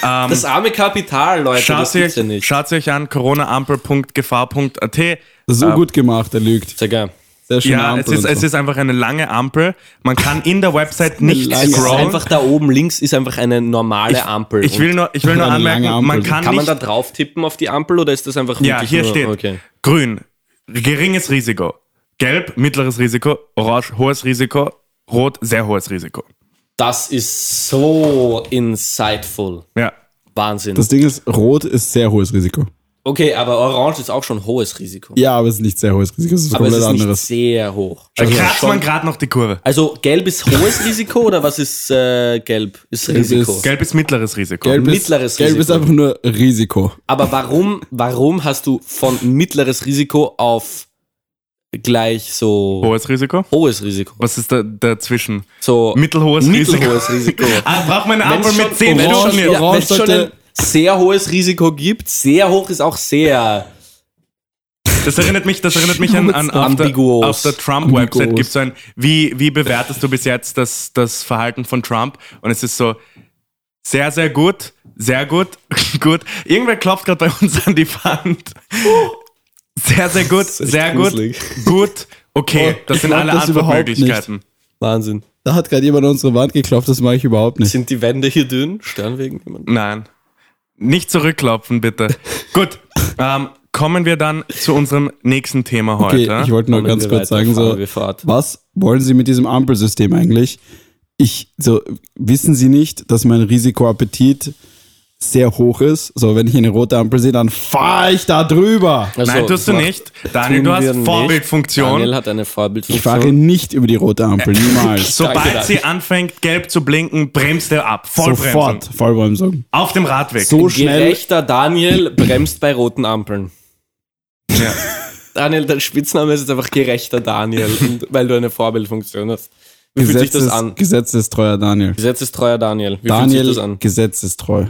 B: ähm,
C: das arme Kapital, Leute, Also das
B: Schaut euch,
C: gibt's ja nicht.
B: schaut euch an, coronaampel.gefahr.at.
D: So
C: Ähm,
D: gut gemacht, er lügt.
C: Sehr geil.
D: Sehr schön.
B: Ja, es ist,
D: so.
B: es ist einfach eine lange Ampel. Man kann in der Website nicht
D: lange
C: Es ist
B: scrollen.
C: einfach da oben links ist einfach eine normale Ampel.
B: ich will
C: Und
B: nur, ich will nur
D: Eine lange
B: anmerken, man
D: Ampel.
B: kann,
C: kann man
B: nicht.
C: da drauf tippen auf die Ampel oder ist das einfach
B: ja,
C: wirklich
B: hier
C: nur,
B: steht
C: Okay.
B: grün, geringes Risiko. Gelb, mittleres Risiko. Orange, hohes Risiko. Rot, sehr hohes Risiko.
C: Das ist so insightful.
B: Ja.
C: Wahnsinn.
D: das Ding ist, rot ist sehr hohes Risiko.
C: okay, aber Orange ist auch schon hohes Risiko.
D: Ja, aber es ist nicht sehr hohes Risiko, es ist was
C: aber es
D: komplett
C: ist nicht
D: anderes.
C: sehr hoch.
B: Da
C: Also
B: kratzt
C: schon-
B: man gerade noch die Kurve.
C: also gelb ist hohes Risiko oder was ist äh, gelb? Ist Risiko.
D: ist-
B: Gelb ist mittleres Risiko.
D: Gelb
C: mittleres
D: ist, Gelb ist
C: Risiko.
D: einfach nur Risiko.
C: Aber warum, warum hast du von mittleres Risiko auf gleich so
B: Hohes Risiko.
C: hohes Risiko?
B: Was ist da, dazwischen?
C: So
B: Mittelhohes
C: mittelhohes Risiko.
B: Ah, braucht man eine
C: Wenn's
B: Ampel
C: schon-
B: mit 10
C: wenn's schon-
B: Stunden?
C: ja,
D: Orange
C: wenn's schon ein
D: sollte-
C: sehr hohes Risiko gibt, sehr hoch ist auch sehr.
B: Das erinnert mich, das erinnert mich an, an auf, der,
C: Ambiguos.
B: auf der Trump-Website
D: Ambiguos.
B: gibt es so ein, wie, wie bewertest du bis jetzt das, das Verhalten von Trump? Und es ist so sehr, sehr gut, sehr gut, gut. Irgendwer klopft gerade bei uns an die Wand. Sehr, sehr gut,
C: echt
B: sehr gut,
C: gruselig.
B: gut, okay.
D: Oh,
B: das
D: ich
B: sind
D: glaub
B: alle
D: das überhaupt
B: Antwortmöglichkeiten.
C: Wahnsinn.
D: Da hat gerade jemand an unsere Wand geklopft, das mache ich überhaupt nicht.
C: Sind die Wände hier dünn? Stern wegen jemandem?
B: Nein. Nicht zurückklopfen, bitte. gut, ähm, kommen wir dann zu unserem nächsten Thema
D: Okay,
B: heute.
D: ich wollte nur
C: Kommen
D: ganz
C: wir
D: kurz
C: weiter,
D: sagen, so,
C: fahren wir fort.
D: was wollen Sie mit diesem Ampelsystem eigentlich? Ich, so, wissen Sie nicht, dass mein Risikoappetit sehr hoch ist? So, wenn ich eine rote Ampel sehe, dann fahre ich da drüber.
C: Also,
B: Nein, tust du nicht. Daniel, du hast Vorbildfunktion.
C: Daniel hat eine Vorbildfunktion.
D: Ich fahre nicht über die rote Ampel, niemals.
C: Danke,
B: Sobald
C: Daniel.
B: sie anfängt, gelb zu blinken, bremst er ab. Vollbremsung.
D: Sofort, Vollbremsung.
B: Auf dem Radweg.
D: So schnell.
C: Gerechter Daniel bremst bei roten Ampeln.
B: Ja.
C: Daniel, dein Spitzname ist jetzt einfach gerechter Daniel, und- weil du eine Vorbildfunktion hast. Wie fühlt sich das
D: Gesetzes-
C: an?
D: Gesetzestreuer Daniel.
C: Gesetzestreuer Daniel. Wie fühlt sich das
D: Daniel,
C: an?
D: gesetzestreu.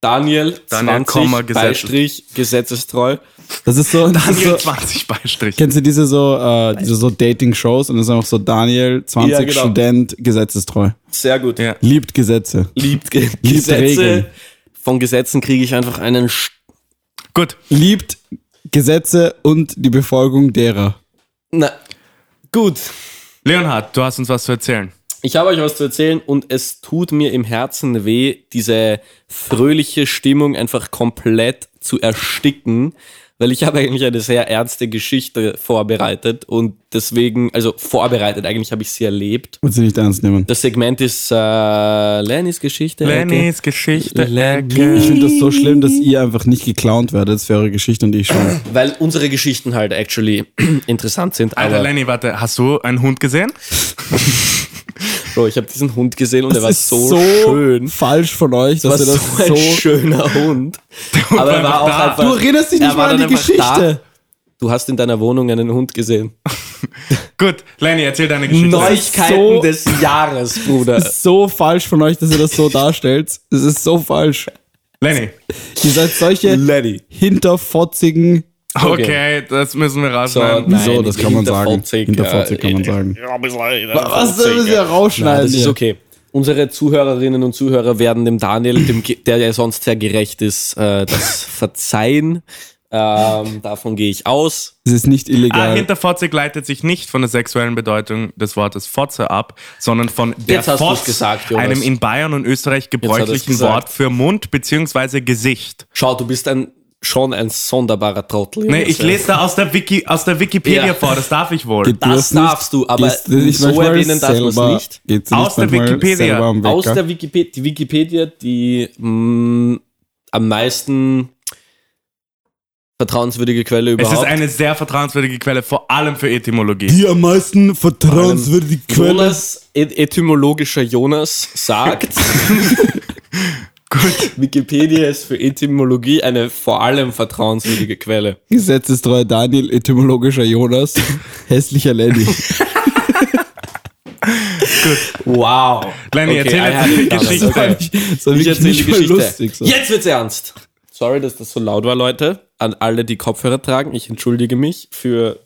C: Daniel,
B: Daniel,
C: 20,
B: Komma, Gesetzes-
C: Beistrich, gesetzestreu.
D: Das ist so, das ist so
B: Daniel 20 Beistrich.
D: Kennst du diese so, äh, diese so Dating-Shows und das ist einfach so Daniel, 20,
C: Ja, genau.
D: Student, gesetzestreu.
C: Sehr gut.
B: Ja.
D: Liebt Gesetze.
C: Liebt Ge Gesetze.
D: Regeln.
C: Von Gesetzen kriege ich einfach einen... Sch
B: Gut.
D: Liebt Gesetze und die Befolgung derer.
C: Na, gut.
B: Leonhard, du hast uns was zu erzählen.
C: Ich habe euch was zu erzählen und es tut mir im Herzen weh, diese fröhliche Stimmung einfach komplett zu ersticken, weil ich habe eigentlich eine sehr ernste Geschichte vorbereitet und deswegen, also vorbereitet, eigentlich habe ich sie erlebt.
D: Willst du nicht ernst nehmen?
C: Das Segment ist äh, Lennys Geschichte. Ecke.
B: Lennys Geschichte.
D: Ich
B: Lenny.
D: finde das so schlimm, dass ihr einfach nicht geklaunt werdet für eure Geschichte und ich schon.
C: Weil unsere Geschichten halt actually interessant sind.
B: Alter,
C: aber,
B: Lenny, warte, hast du einen Hund gesehen?
C: Bro, ich habe diesen Hund gesehen und er war
D: ist
C: so, schön.
D: falsch von euch,
C: War
D: dass ihr das
C: so ein
D: so...
C: schöner Hund. Aber er
B: einfach
C: war auch
B: da.
C: einfach,
D: Du erinnerst dich
C: er
D: nicht
C: war
D: mal an
C: dann
D: die
C: einfach da.
D: Geschichte.
C: Du hast in deiner Wohnung einen Hund gesehen.
B: Gut, Lenny, erzähl deine Geschichte.
C: Neuigkeiten
D: So-
C: des Jahres, Bruder.
D: So falsch von euch, dass ihr das so darstellt. Es ist so falsch.
B: Lenny.
D: Ihr seid solche
C: Lenny.
D: hinterfotzigen...
B: Okay,
C: Okay.
B: das müssen wir
C: So,
B: rausschneiden.
D: Wieso, das kann man sagen.
C: hinterfotzig,
D: Hinterfotzig
C: äh,
D: kann man sagen. Was
C: Hinterfotzig,
D: müssen wir
C: ja.
D: rausschneiden?
C: Das ist
D: hier?
C: okay. Unsere Zuhörerinnen und Zuhörer werden dem Daniel, dem, Ge- der ja sonst sehr gerecht ist, äh, das verzeihen. Ähm, davon gehe ich aus.
D: Es ist nicht
B: Ah,
D: illegal.
B: hinter Fotzig leitet sich nicht von der sexuellen Bedeutung des Wortes Fotze ab, sondern von der
C: Jetzt hast
B: Fotz,
C: du's gesagt, Jonas.
B: einem in Bayern und Österreich
C: Jetzt hat er's
B: gebräuchlichen
C: gesagt.
B: Wort für Mund bzw. Gesicht.
C: Schau, du bist ein, schon ein sonderbarer Trottel.
B: Nee,
C: Jonas.
B: ich lese da aus der, Wiki, aus der Wikipedia
C: Ja.
B: vor, das darf ich wohl.
D: Geht
C: Das
D: das nicht?
C: darfst du, aber
D: Gehst du nicht
C: so
D: manchmal
C: erwähnen darf man es
D: selber-
C: nicht.
D: Gehst du nicht
B: Aus der
D: manchmal
B: Wikipedia.
D: selber am
C: Aus
D: Wecker?
C: der Wikipedia, die Wikipedia, die mh, am meisten vertrauenswürdige Quelle
B: es
C: überhaupt.
B: ist eine sehr vertrauenswürdige Quelle, vor allem für Etymologie.
D: die am meisten vertrauenswürdige Quelle.
C: Jonas, et- etymologischer Jonas sagt,
B: Gut,
C: Wikipedia ist für Etymologie eine vor allem vertrauenswürdige Quelle.
D: Gesetzestreuer Daniel, etymologischer Jonas, hässlicher Lenny.
C: Wow.
B: Lenny, erzähl jetzt die Geschichte.
C: Okay.
D: Das war
C: Ich
D: wirklich
C: erzähle die
D: nicht mal
C: Geschichte.
D: lustig. So.
C: Jetzt wird's ernst. Sorry, dass das so laut war, Leute. An alle, die Kopfhörer tragen. Ich entschuldige mich für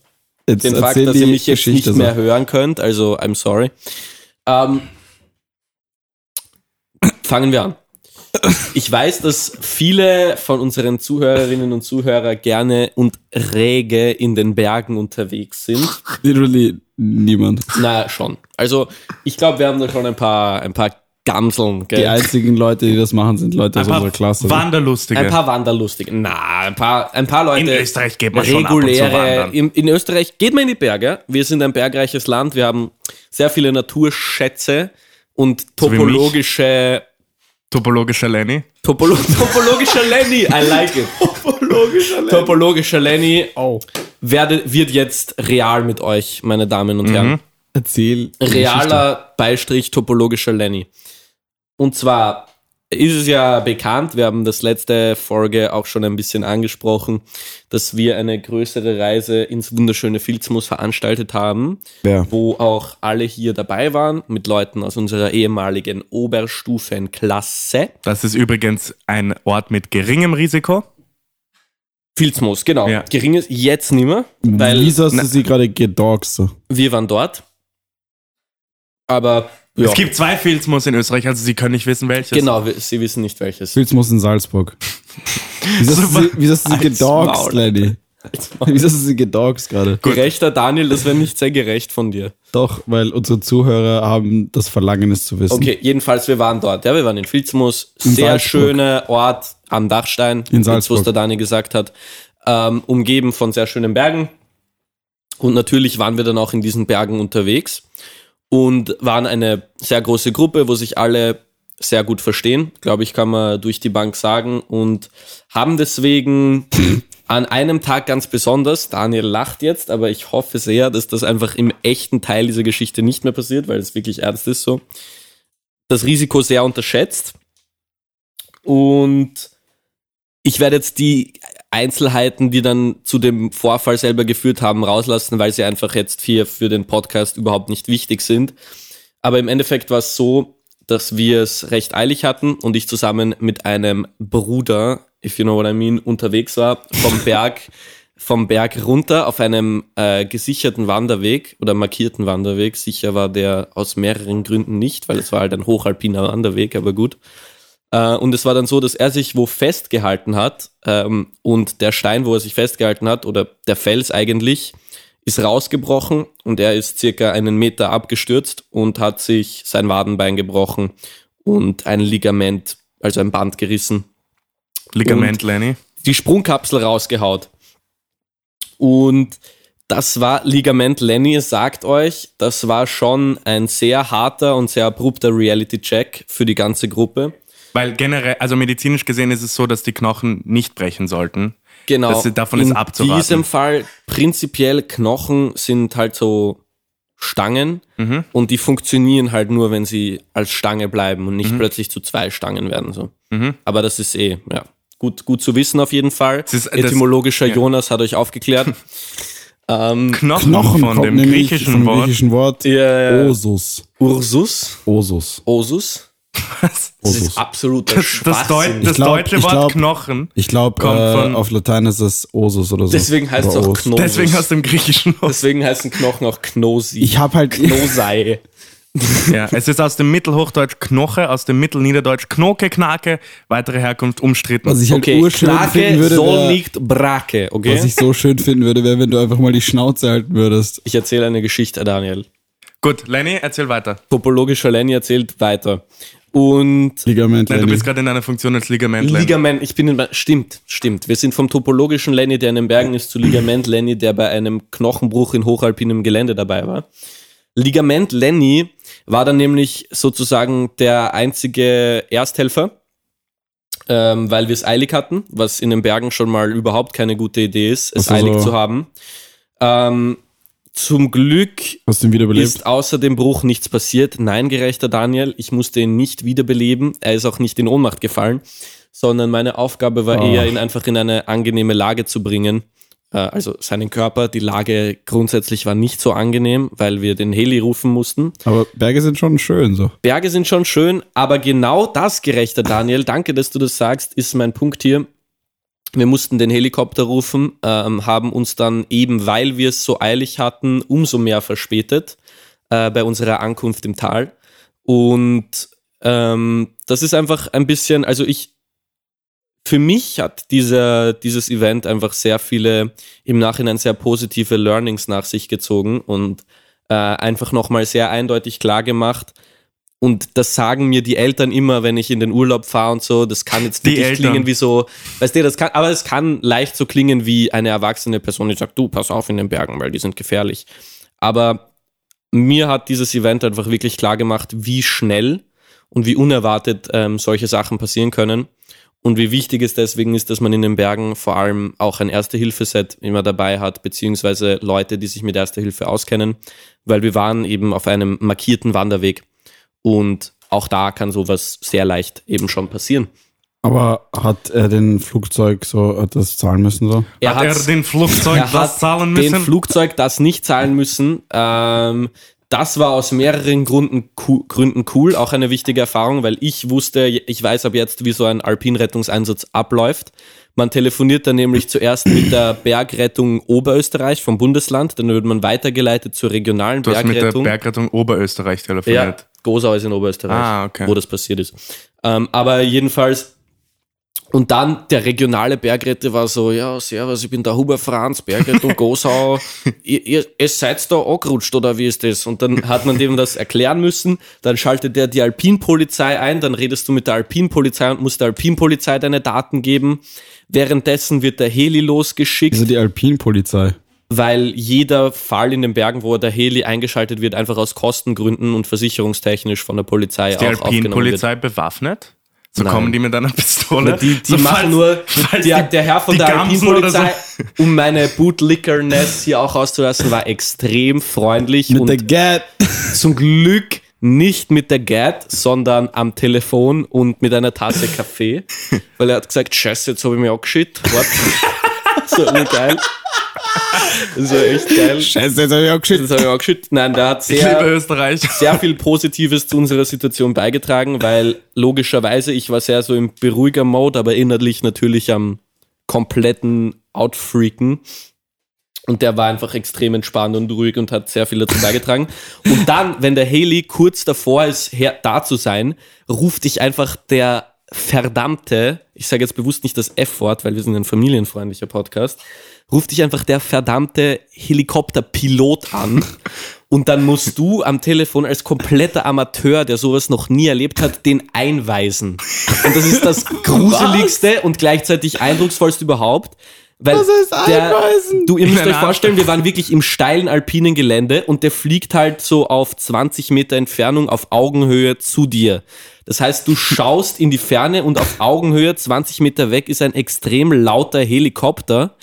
D: Jetzt
C: den Fakt,
D: erzähl
C: dass
D: die
C: ihr mich jetzt
D: Geschichte
C: nicht
D: so.
C: mehr hören könnt. Also, I'm sorry. Ähm, fangen wir an. Ich weiß, dass viele von unseren Zuhörerinnen und Zuhörern gerne und rege in den Bergen unterwegs sind.
D: Literally niemand.
C: Na schon. Also, ich glaube, wir haben da schon ein paar, ein paar Gamseln. Gell?
D: Die einzigen Leute, die das machen, sind Leute aus
B: ein
D: unserer
B: paar
D: Klasse.
B: Wanderlustige.
C: Ein paar Wanderlustige. Na, ein paar, ein paar Leute.
B: In Österreich geht man schon ab und zu wandern.
C: in, in Österreich geht man in die Berge. Wir sind ein bergreiches Land. Wir haben sehr viele Naturschätze
B: wie
C: und
B: mich.
C: topologische.
B: Topologischer Lenny.
C: Topolo topologischer Lenny. I like it. Topologischer Lenny. Topologischer Lenny. Oh. Werde, wird jetzt real mit euch, meine Damen und
B: Mhm.
C: Herren.
D: Erzähl. die Geschichte.
C: Realer Beistrich topologischer Lenny. Und zwar ist es ja bekannt, wir haben das letzte Folge auch schon ein bisschen angesprochen, dass wir eine größere Reise ins wunderschöne Filzmoos veranstaltet haben,
D: Ja.
C: wo auch alle hier dabei waren, mit Leuten aus unserer ehemaligen Oberstufenklasse.
B: Das ist übrigens ein Ort mit geringem Risiko.
C: Filzmoos, genau.
B: Ja.
C: Geringes jetzt nimmer,
D: Mhm.
C: weil
D: Wieso hast du sie gerade gedogst? So?
C: wir waren dort. Aber ja,
B: Es gibt zwei Filzmus in Österreich, also Sie können nicht wissen, welches.
C: genau, wir- sie wissen nicht welches.
D: Filzmus in Salzburg. Wieso hast du sie, wieso hast du sie
C: Als
D: gedogst,
C: Maul.
D: Lenny?
C: Also,
D: Wieso hast du sie gedogst gerade?
C: Gerechter Daniel, das wäre nicht sehr gerecht von dir.
D: Doch, weil unsere Zuhörer haben das Verlangen, es zu wissen.
C: Okay, jedenfalls, wir waren dort. Ja, wir waren in Filzmoos.
D: In
C: sehr
D: Salzburg.
C: schöner Ort am Dachstein,
D: In
C: jetzt, was
D: Salzburg.
C: der Daniel gesagt hat. Ähm, umgeben von sehr schönen Bergen. Und natürlich waren wir dann auch in diesen Bergen unterwegs und waren eine sehr große Gruppe, wo sich alle sehr gut verstehen, glaube ich, kann man durch die Bank sagen und haben deswegen an einem Tag ganz besonders, Daniel lacht jetzt, aber ich hoffe sehr, dass das einfach im echten Teil dieser Geschichte nicht mehr passiert, weil es wirklich ernst ist so, das Risiko sehr unterschätzt und ich werde jetzt die Einzelheiten, die dann zu dem Vorfall selber geführt haben, rauslassen, weil sie einfach jetzt hier für den Podcast überhaupt nicht wichtig sind. Aber im Endeffekt war es so, dass wir es recht eilig hatten und ich zusammen mit einem Bruder, if you know what I mean, unterwegs war, vom Berg, vom Berg runter auf einem äh, gesicherten Wanderweg oder markierten Wanderweg. Sicher war der aus mehreren Gründen nicht, weil es war halt ein hochalpiner Wanderweg, aber gut. Äh, und es war dann so, dass er sich wo festgehalten hat ähm, und der Stein, wo er sich festgehalten hat, oder der Fels eigentlich, ist rausgebrochen und er ist circa einen Meter abgestürzt und hat sich sein Wadenbein gebrochen und ein Ligament, also ein Band gerissen
B: Ligament, Lenny.
C: die Sprungkapsel rausgehaut. Und das war Ligament Lenny, es sagt euch, das war schon ein sehr harter und sehr abrupter Reality-Check für die ganze Gruppe.
B: Weil generell, also medizinisch gesehen ist es so, dass die Knochen nicht brechen sollten.
C: Genau.
B: Das- davon
C: in
B: ist abzuraten.
C: diesem Fall prinzipiell Knochen sind halt so Stangen
B: Mhm.
C: und die funktionieren halt nur, wenn sie als Stange bleiben und
B: Mhm.
C: nicht plötzlich zu zwei Stangen werden. So. Aber das ist eh, ja, gut, gut zu wissen auf jeden Fall.
B: ist- Mhm. äh, das-
C: Etymologischer Jonas hat euch aufgeklärt. ähm,
B: Knochen,
D: Knochen
B: von
D: kommt
B: dem
D: nämlich
B: griechischen
D: vom
B: Wort.
D: griechischen Wort
C: Ja.
D: Osus.
C: Ursus,
D: Osus.
C: Osus,
B: Das,
C: das
D: Osus.
C: ist absoluter
B: das,
C: Schwachsinn.
B: Deut das
D: Ich glaub-
B: deutsche
D: ich
B: Wort
D: glaub-
B: Knochen.
D: Ich glaube,
B: Kommt
D: äh,
B: von-
D: auf Latein ist es Osus oder so.
C: Deswegen heißt es
D: Oder
C: auch
D: Os.
C: Knosus.
B: Deswegen aus dem griechischen Wort.
C: Deswegen heißen Knochen auch Knosi.
D: Ich habe halt.
C: Knosei.
B: Ja, es ist aus dem Mittelhochdeutsch Knoche, aus dem Mittelniederdeutsch Knoke, Knake, weitere Herkunft umstritten.
D: Was ich halt
C: Okay,
D: urschön
C: Knake
D: finden würde,
C: soll
D: wär-
C: nicht Brake, okay?
D: was ich so schön finden würde, wäre, wenn du einfach mal die Schnauze halten würdest.
C: Ich erzähle eine Geschichte, Daniel.
B: Gut, Lenny, erzähl weiter.
C: Topologischer Lenny erzählt weiter. Und
D: Ligament.
B: Nein, du
D: Lenny.
B: bist gerade in deiner Funktion als Ligament, Lenny.
C: Ligament, ich bin in, stimmt, stimmt. Wir sind vom topologischen Lenny, der in den Bergen ist, zu Ligament Lenny, der bei einem Knochenbruch in hochalpinem Gelände dabei war. Ligament Lenny war dann nämlich sozusagen der einzige Ersthelfer, ähm, weil wir es eilig hatten, was in den Bergen schon mal überhaupt keine gute Idee ist, es
D: Also
C: eilig
D: so-
C: zu haben. Ähm, zum Glück
D: Hast du ihn wieder belebt?
C: ist außer dem Bruch nichts passiert. Nein, gerechter Daniel, ich musste ihn nicht wiederbeleben. Er ist auch nicht in Ohnmacht gefallen, sondern meine Aufgabe war
D: Ah.
C: eher, ihn einfach in eine angenehme Lage zu bringen. Äh, Also seinen Körper. Die Lage grundsätzlich war nicht so angenehm, weil wir den Heli rufen mussten.
D: Aber Berge sind schon schön so.
C: Berge sind schon schön, aber genau das, gerechter Daniel, danke, dass du das sagst, ist mein Punkt hier. Wir mussten den Helikopter rufen, ähm, haben uns dann eben, weil wir es so eilig hatten, umso mehr verspätet äh, bei unserer Ankunft im Tal. Und ähm, das ist einfach ein bisschen, also ich, für mich hat dieser, dieses Event einfach sehr viele, im Nachhinein sehr positive Learnings nach sich gezogen und äh, einfach nochmal sehr eindeutig klar gemacht. Und das sagen mir die Eltern immer, wenn ich in den Urlaub fahre und so. Das kann jetzt
B: Die
C: wirklich
B: Eltern.
C: klingen wie so, weißt du, das kann, aber es kann leicht so klingen wie eine erwachsene Person, die sagt, du, pass auf in den Bergen, weil die sind gefährlich. Aber mir hat dieses Event einfach wirklich klar gemacht, wie schnell und wie unerwartet ähm, solche Sachen passieren können und wie wichtig es deswegen ist, dass man in den Bergen vor allem auch ein Erste-Hilfe-Set immer dabei hat, beziehungsweise Leute, die sich mit Erste-Hilfe auskennen, weil wir waren eben auf einem markierten Wanderweg und auch da kann sowas sehr leicht eben schon passieren.
D: Aber hat er den Flugzeug so, hat das zahlen müssen so?
B: Hat er
C: hat's-
B: den Flugzeug
C: er
B: das
C: hat
B: zahlen
C: Dem
B: müssen?
C: Flugzeug das nicht zahlen müssen. Ähm, das war aus mehreren Gründen, cu- Gründen cool, auch eine wichtige Erfahrung, weil ich wusste, ich weiß ab jetzt, wie so ein Alpinrettungseinsatz abläuft. Man telefoniert dann nämlich zuerst mit der Bergrettung Oberösterreich vom Bundesland, dann wird man weitergeleitet zur regionalen
B: du hast mit der
C: Bergrettung.
B: Bergrettung Oberösterreich
C: Ja,
B: telefoniert.
C: Gosau ist in Oberösterreich,
B: Ah, okay.
C: wo das passiert ist. Ähm, aber jedenfalls, und dann der regionale Bergrette war so, ja, servus, ich bin der Huber Franz, Bergrettung Gosau, ihr, ihr, ihr seid da angerutscht oder wie ist das? Und dann hat man dem das erklären müssen, dann schaltet der die Alpinpolizei ein, dann redest du mit der Alpinpolizei und musst der Alpinpolizei deine Daten geben. Währenddessen wird der Heli losgeschickt
D: Also die Alpinpolizei.
C: weil jeder Fall in den Bergen, wo der Heli eingeschaltet wird, einfach aus Kostengründen und versicherungstechnisch von der Polizei
B: Die
C: auch aufgenommen wird.
B: Alpinpolizei bewaffnet? So
C: Nein.
B: kommen die mit einer Pistole.
C: Die, die
B: so
C: machen
B: falls-
C: nur,
B: falls
C: der,
B: die-
C: der Herr von
B: die
C: der
B: Gamsen oder so-
C: Alpinpolizei, um meine Bootlickerness hier auch auszulassen, war extrem freundlich
D: Mit der
C: und
D: Gat.
C: zum Glück nicht mit der Gat, sondern am Telefon und mit einer Tasse Kaffee, weil er hat gesagt, scheiße, jetzt habe ich mich angeschickt. Warte. so urgeil. Das war echt geil.
D: Scheiße, jetzt hab ich auch
C: Das
D: geschützt.
C: habe ich auch geschickt. Nein, der hat
B: Ich
C: sehr...
B: liebe Österreich.
C: sehr viel Positives zu unserer Situation beigetragen, weil logischerweise ich war sehr so im beruhiger Mode, aber innerlich natürlich am kompletten Outfreaken. Und der war einfach extrem entspannt und ruhig und hat sehr viel dazu beigetragen. Und dann, wenn der Haley kurz davor ist, her, da zu sein, ruft dich einfach der verdammte, ich sage jetzt bewusst nicht das F-Wort, weil wir sind ein familienfreundlicher Podcast, ruft dich einfach der verdammte Helikopterpilot an. Und dann musst du am Telefon als kompletter Amateur, der sowas noch nie erlebt hat, den einweisen. Und das ist das gruseligste und gleichzeitig eindrucksvollste überhaupt, Weil
D: Was heißt Ameisen?
C: Du, ihr müsst
B: Keine
C: euch
B: Ahnung.
C: vorstellen, wir waren wirklich im steilen alpinen Gelände und der fliegt halt so auf 20 Meter Entfernung auf Augenhöhe zu dir. Das heißt, du schaust in die Ferne und auf Augenhöhe 20 Meter weg ist ein extrem lauter Helikopter.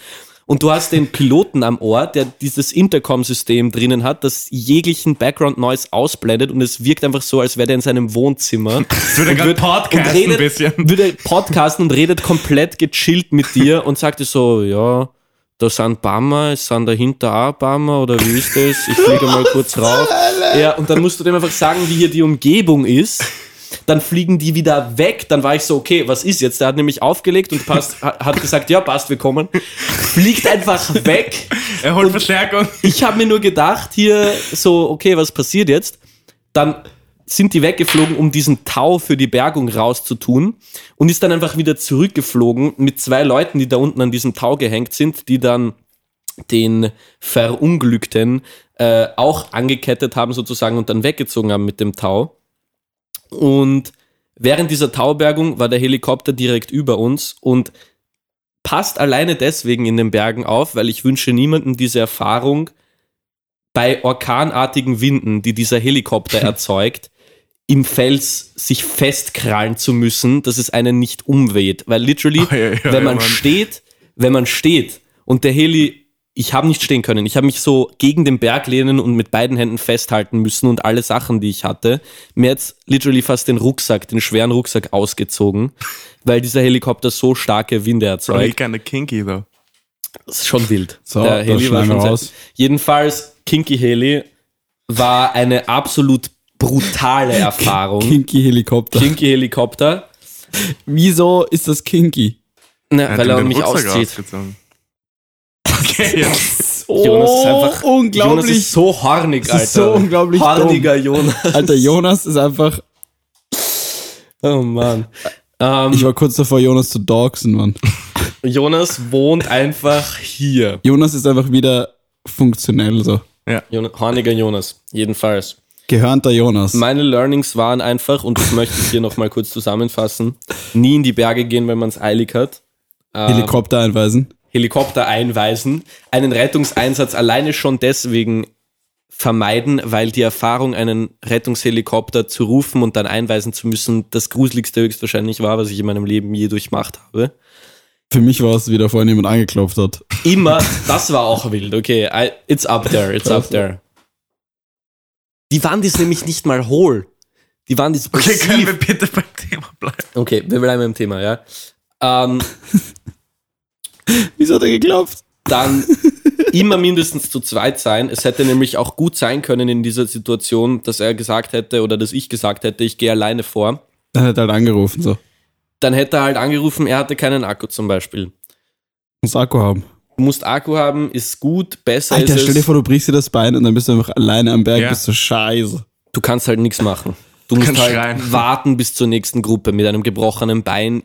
C: Und du hast den Piloten am Ohr, der dieses Intercom-System drinnen hat, das jeglichen Background-Noise ausblendet und es wirkt einfach so, als wäre der in seinem Wohnzimmer.
B: Es würde gerade Podcast ein bisschen.
C: würde podcasten und redet komplett gechillt mit dir und sagte so, ja, da sind Bammer, es sind dahinter auch Bammer oder wie ist das? Ich fliege mal kurz rauf. Ja, und dann musst du dem einfach sagen, wie hier die Umgebung ist. Dann fliegen die wieder weg. Dann war ich so, okay, was ist jetzt? Der hat nämlich aufgelegt und passt, ha- hat gesagt, ja, passt, wir kommen. Fliegt einfach weg.
B: Er holt Verstärkung.
C: Ich habe mir nur gedacht, hier so, okay, was passiert jetzt? Dann sind die weggeflogen, um diesen Tau für die Bergung rauszutun und ist dann einfach wieder zurückgeflogen mit zwei Leuten, die da unten an diesem Tau gehängt sind, die dann den Verunglückten äh, auch angekettet haben sozusagen und dann weggezogen haben mit dem Tau. Und während dieser Taubergung war der Helikopter direkt über uns und passt alleine deswegen in den Bergen auf, weil ich wünsche niemandem diese Erfahrung bei orkanartigen Winden, die dieser Helikopter erzeugt, im Fels sich festkrallen zu müssen, dass es einen nicht umweht. Weil literally,
B: Oh, ja, ja,
C: wenn man
B: ja, Mann.
C: steht, wenn man steht und der Heli, ich habe nicht stehen können, ich habe mich so gegen den Berg lehnen und mit beiden Händen festhalten müssen und alle Sachen, die ich hatte, mir jetzt literally fast den Rucksack, den schweren Rucksack ausgezogen, weil dieser Helikopter so starke Winde
B: Bro,
C: erzeugt.
B: he's kinda eh kinky though.
C: Das ist schon wild.
D: So, da schneiden wir raus.
C: Jedenfalls, Kinky Heli war eine absolut brutale Erfahrung.
D: Kinky Helikopter.
C: Kinky Helikopter,
D: Wieso ist das kinky?
C: na,
B: Er hat
C: weil
B: ihm
C: er
B: den
C: mich
B: Rucksack
C: auszieht.
B: rausgezogen. Okay, ja.
D: Oh,
C: Jonas ist einfach- Jonas
D: unglaublich.
C: ist so hornig,
D: Das
C: Alter.
D: ist so unglaublich
C: Horniger Jonas.
D: Alter, Jonas ist einfach.
C: Oh Mann. Ähm,
D: Ich war kurz davor, Jonas zu doxen, Mann.
C: Jonas wohnt einfach hier.
D: Jonas ist einfach wieder funktionell so.
C: Jon Horniger Jonas, jedenfalls.
D: Gehörnter Jonas.
C: Meine Learnings waren einfach, und das möchte ich hier nochmal kurz zusammenfassen, nie in die Berge gehen, wenn man es eilig hat.
D: Äh. Helikopter einweisen.
C: Helikopter einweisen, einen Rettungseinsatz alleine schon deswegen vermeiden, weil die Erfahrung, einen Rettungshelikopter zu rufen und dann einweisen zu müssen, das gruseligste höchstwahrscheinlich war, was ich in meinem Leben je durchmacht habe.
D: Für mich war es, wie da vorhin jemand angeklopft hat.
C: Immer, das war auch wild, okay, I, it's up there, it's up there. Die Wand ist nämlich nicht mal hohl. Die Wand ist
B: Okay,
C: massiv.
B: können wir bitte beim Thema bleiben?
C: Okay, wir bleiben im Thema, ja. Ähm,
D: Wieso hat er geklopft?
C: dann immer mindestens zu zweit sein. Es hätte nämlich auch gut sein können in dieser Situation, dass er gesagt hätte oder dass ich gesagt hätte, ich gehe alleine vor.
D: Dann hat er halt angerufen so.
C: Dann hätte er halt angerufen, er hatte keinen Akku zum Beispiel.
D: Muss Akku haben.
C: Du musst Akku haben, ist gut, besser
D: Alter,
C: ist
D: stell dir
C: es.
D: vor, du brichst dir das Bein und dann bist du einfach alleine am Berg,
B: Ja.
D: bist du scheiße.
C: Du kannst halt nichts machen. Du musst
B: kannst
C: halt
B: schreien.
C: warten bis zur nächsten Gruppe mit einem gebrochenen Bein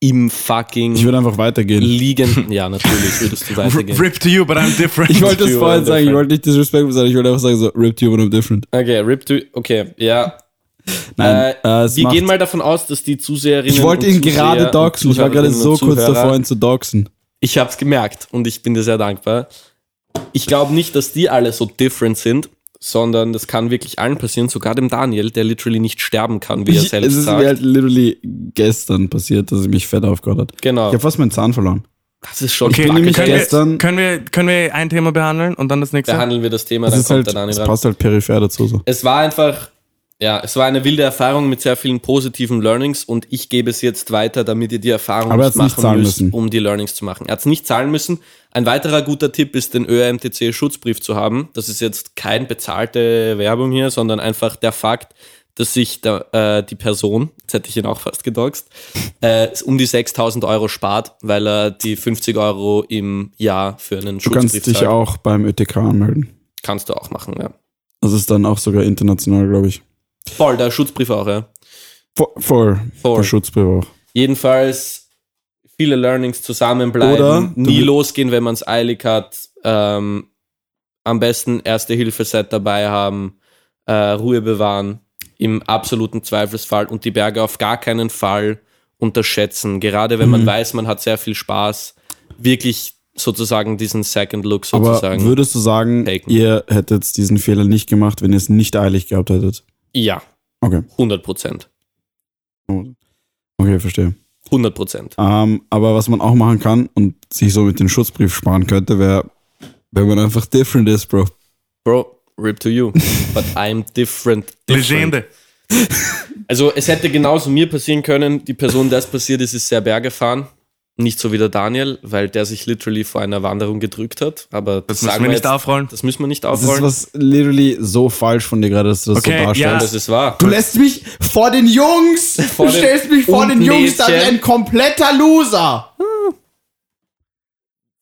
C: im fucking
D: Ich würde einfach weitergehen.
C: liegenden. Ja, natürlich würdest du
B: R
C: weitergehen.
B: Rip to you, but I'm different.
D: Ich wollte das
C: you
D: vorhin
C: and
D: sagen, ich
C: different.
D: wollte nicht disrespectful sein, ich wollte einfach sagen so, ripped you but I'm different.
C: Okay, Rip to. Okay, ja.
D: Nein, äh,
C: äh,
D: es
C: wir
D: macht-
C: gehen mal davon aus, dass die Zuseherinnen.
D: Ich wollte
C: und
D: ihn gerade
C: Zuseher und
D: doxen, ich war gerade
C: Zuhörerinnen
D: so
C: und
D: kurz
C: Zuhörer-
D: davor, ihn zu doxen.
C: Ich hab's gemerkt und ich bin dir sehr dankbar. Ich glaube nicht, dass die alle so different sind, sondern das kann wirklich allen passieren, sogar dem Daniel, der literally nicht sterben kann, wie er
D: Ich, es
C: selbst
D: ist
C: sagt.
D: mir halt literally gestern passiert, dass ich mich fett aufgehört hat.
C: Genau.
D: Ich habe fast meinen Zahn verloren.
C: das ist schon
B: Okay,
D: bin nämlich
B: können,
D: gestern-
B: wir, können, wir, können wir ein Thema behandeln und dann das nächste?
C: Behandeln wir das Thema,
D: Das
C: dann
D: ist
C: kommt
D: halt,
C: der Daniel
D: es
C: ran.
D: passt halt peripher dazu so.
C: Es war einfach, ja, es war eine wilde Erfahrung mit sehr vielen positiven Learnings und ich gebe es jetzt weiter, damit ihr die Erfahrung
D: Aber er hat's nicht zahlen müssen.
C: um die Learnings zu machen. Er hat es nicht zahlen müssen. Ein weiterer guter Tipp ist, den ÖRMTC-Schutzbrief zu haben. Das ist jetzt kein bezahlte Werbung hier, sondern einfach der Fakt, dass sich der, äh, die Person, jetzt hätte ich ihn auch fast gedoxt, äh, um die 6000 Euro spart, weil er die 50 Euro im Jahr für einen
D: Du
C: Schutzbrief
D: kannst dich
C: zahlt.
D: auch beim ÖTK anmelden.
C: Kannst du auch machen, ja.
D: Das ist dann auch sogar international, glaube ich.
C: Voll, der Schutzbrief auch, ja.
D: Vor, vor,
C: Vor.
D: vor. Schutzbrief auch.
C: Jedenfalls viele Learnings zusammenbleiben,
D: Oder du
C: nie
D: wi-
C: losgehen, wenn man es eilig hat. Ähm, am besten Erste-Hilfe-Set dabei haben, äh, Ruhe bewahren im absoluten Zweifelsfall und die Berge auf gar
D: Mhm.
C: keinen Fall unterschätzen. Gerade wenn man weiß, man hat sehr viel Spaß, wirklich sozusagen diesen Second Look
D: Aber
C: sozusagen.
D: würdest du sagen,
C: Taken.
D: ihr hättet diesen Fehler nicht gemacht, wenn ihr es nicht eilig gehabt hättet?
C: ja,
D: Okay.
C: 100 Prozent.
D: Okay, verstehe.
C: 100 Prozent.
D: Ähm, aber was man auch machen kann und sich so mit den Schutzbrief sparen könnte, wäre, wenn man einfach different ist, Bro.
C: Bro, rip to you. But I'm different. different.
B: Legende.
C: Also es hätte genauso mir passieren können. Die Person, der es passiert ist, ist sehr bergefahren. Nicht so wie der Daniel, weil der sich literally vor einer Wanderung gedrückt hat. Aber
B: Das müssen wir nicht aufrollen.
C: Das müssen wir nicht
D: Das ist
C: aufrollen.
D: was literally so falsch von dir gerade, dass du das
B: Okay,
D: so darstellst.
C: Das ist wahr.
D: Du lässt mich vor den Jungs!
C: Vor
D: du
C: den-
D: stellst mich vor
C: und
D: den Jungs, dann
C: Mädchen.
D: ein kompletter Loser!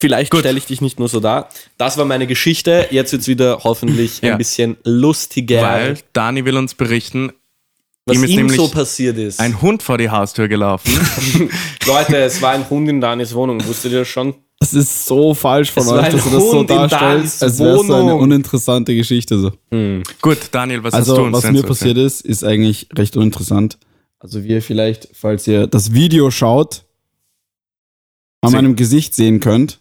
C: Vielleicht stelle ich dich nicht nur so dar. Das war meine Geschichte. Jetzt wird's wieder hoffentlich
B: Ja.
C: ein bisschen lustiger,
B: Weil Dani will uns berichten,
C: was
B: ihm
C: ihm,
B: ist nämlich
C: so passiert ist.
B: ein Hund vor die Haustür gelaufen.
C: Leute, es war ein Hund in Danis Wohnung. Wusstet ihr das schon?
D: Das ist so falsch von
C: Es war
D: euch, dass du
C: ein
D: das so
C: Hund in Danis
D: darstellst, als wäre es so eine
C: Wohnung.
D: uninteressante Geschichte. So.
C: Hm.
B: Gut, Daniel, was hast du
D: Also,
B: uns
D: was
B: denn
D: mir
B: zu
D: passiert ist, ist eigentlich recht uninteressant. Also, wie ihr vielleicht, falls ihr das Video schaut, an
B: Sie-
D: meinem Gesicht sehen könnt.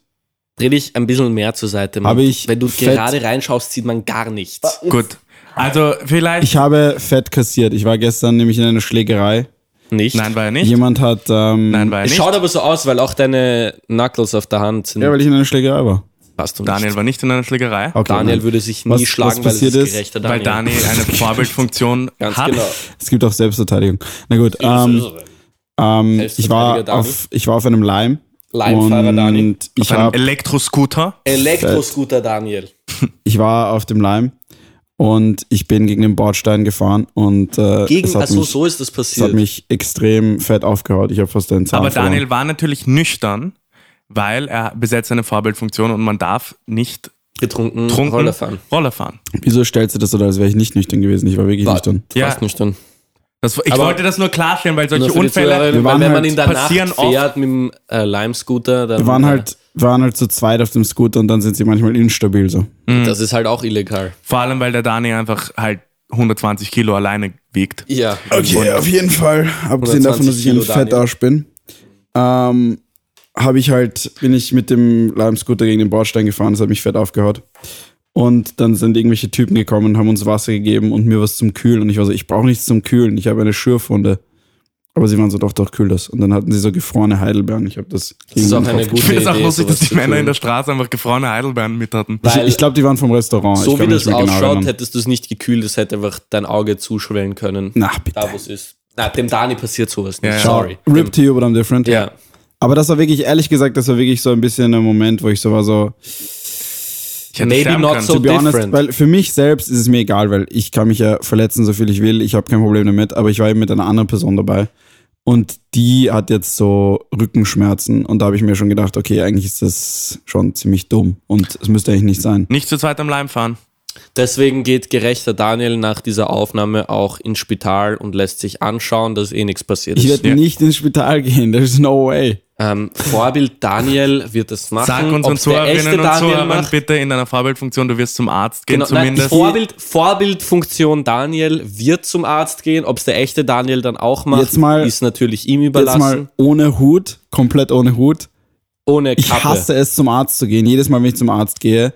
C: Dreh dich ein bisschen mehr zur Seite. Mann.
D: Habe ich
C: Wenn du
D: fett-
C: gerade reinschaust, sieht man gar nichts.
B: erzählen? Gut. Also vielleicht.
D: Ich habe fett kassiert. Ich war gestern nämlich in einer Schlägerei.
C: Nicht?
B: nein, war er nicht.
D: Jemand hat. Ähm,
B: Nein, war er
C: Es
B: nicht.
C: schaut aber so aus, weil auch deine Knuckles auf der Hand sind.
D: ja, weil ich in einer Schlägerei war.
C: passt du nicht.
B: Daniel war nicht in einer Schlägerei,
D: Okay,
C: Daniel
D: nein.
C: würde sich nie
D: Was- was
C: schlagen, weil es
D: passiert
C: ist
D: ist,
C: gerechter
B: weil Dani eine Vorbildfunktion
C: Ganz
B: hat.
C: genau.
D: Es gibt auch Selbstverteidigung. Na gut, ähm, ähm, ich, war
C: Selbstverteidiger
D: auf, ich war auf einem Leim.
C: Leimfahrer
D: und
C: Daniel.
D: Ich,
B: Auf einem
D: hab,
B: Elektroscooter.
C: Elektroscooter Daniel.
D: ich war auf dem Leim und ich bin gegen den Bordstein gefahren und äh,
C: Gegen,
D: es hat
C: also
D: mich,
C: so ist das
D: es hat
C: passiert.
D: mich extrem fett aufgehaut. Ich habe fast einen Zahn
B: Aber
D: verloren.
B: Daniel war natürlich nüchtern, weil er besetzt seine Vorbildfunktion und man darf nicht
C: Getrunken,
B: trunken
C: Roller fahren.
B: Roller fahren.
D: Wieso stellst du das so dar, als wäre ich nicht nüchtern gewesen? Ich war wirklich
C: War-
D: nüchtern.
B: Ja.
C: Warst nicht dann.
B: Das, ich
C: Aber-
B: wollte das nur klarstellen, weil solche
C: Nur für die
B: Unfälle.
C: Zuhörer,
D: Wir
C: weil
D: waren
C: wenn man
D: halt-
C: in der Nacht
B: passieren
C: fährt
B: oft-
C: mit dem äh, Lime-Scooter, dann
D: Wir waren
C: äh,
D: halt, waren halt zu zweit auf dem Scooter und dann sind sie manchmal instabil so.
B: Mhm.
C: das ist halt auch illegal.
B: Vor allem, weil der Dani einfach halt 120 Kilo alleine wiegt.
C: Ja.
D: Okay, auf jeden Fall.
C: 120
D: Abgesehen davon, dass ich ein
C: Kilo, Daniel.
D: Fettarsch bin, ähm, habe ich halt, bin ich mit dem Lime-Scooter gegen den Bordstein gefahren, das hat mich fett aufgehört. Und dann sind irgendwelche Typen gekommen, haben uns Wasser gegeben und mir was zum Kühlen. Und ich war so, ich brauche nichts zum Kühlen, ich habe eine Schürfwunde. Aber sie waren so, doch, doch, kühl das. Und dann hatten sie so gefrorene Heidelbeeren. Ich habe das gegen
C: ist auch
D: den Kopf
C: eine
D: gekühlt.
B: Ich finde es auch
C: Idee,
B: lustig, dass
C: eh sowas
B: die
C: zu
B: Männer
C: tun.
B: in der Straße einfach gefrorene Heidelbeeren mit hatten.
C: Weil
D: Ich, ich glaube, die waren vom Restaurant. ich
C: so
D: kann
C: wie
D: mich
C: das
D: nicht mehr genau
C: ausschaut,
D: erinnern.
C: hättest du es nicht gekühlt, es hätte einfach dein Auge zuschwellen können.
D: Na, bitte.
C: Da, wo es ist. Na, dem Dani passiert sowas nicht.
B: Ja, ja.
C: Sorry.
D: Rip to you, but I'm different.
C: Ja.
D: Aber das war wirklich, ehrlich gesagt, das war wirklich so ein bisschen der Moment, wo ich so war so,
B: Ich hätte
C: Maybe
B: sterben
C: not
B: können.
C: so-
D: to be honest,
C: different.
D: weil für mich selbst ist es mir egal, weil ich kann mich ja verletzen, so viel ich will, ich habe kein Problem damit, aber ich war eben mit einer anderen Person dabei und die hat jetzt so Rückenschmerzen und da habe ich mir schon gedacht, okay, eigentlich ist das schon ziemlich dumm und es müsste eigentlich nicht sein.
B: Nicht zu zweit am Leim fahren.
C: Deswegen geht gerechter Daniel nach dieser Aufnahme auch ins Spital und lässt sich anschauen, dass eh nichts passiert
D: Ich
C: ist.
D: werde
B: Ja.
D: nicht ins Spital gehen, there's no way.
C: Ähm, Vorbild Daniel wird das machen.
B: Sag unseren
C: Ob's der echte
B: Zuhörerinnen und
C: Daniel
B: Zuhörern
C: macht,
B: bitte in deiner Vorbildfunktion, du wirst zum Arzt gehen
C: Genau, nein,
B: zumindest.
C: Vorbild, Vorbildfunktion Daniel wird zum Arzt gehen. Ob es der echte Daniel dann auch macht,
D: Jetzt mal-
C: ist natürlich ihm
D: Jetzt
C: überlassen.
D: mal ohne Hut, komplett ohne Hut.
C: ohne Kappe.
D: Ich hasse es, zum Arzt zu gehen. Jedes Mal, wenn ich zum Arzt gehe,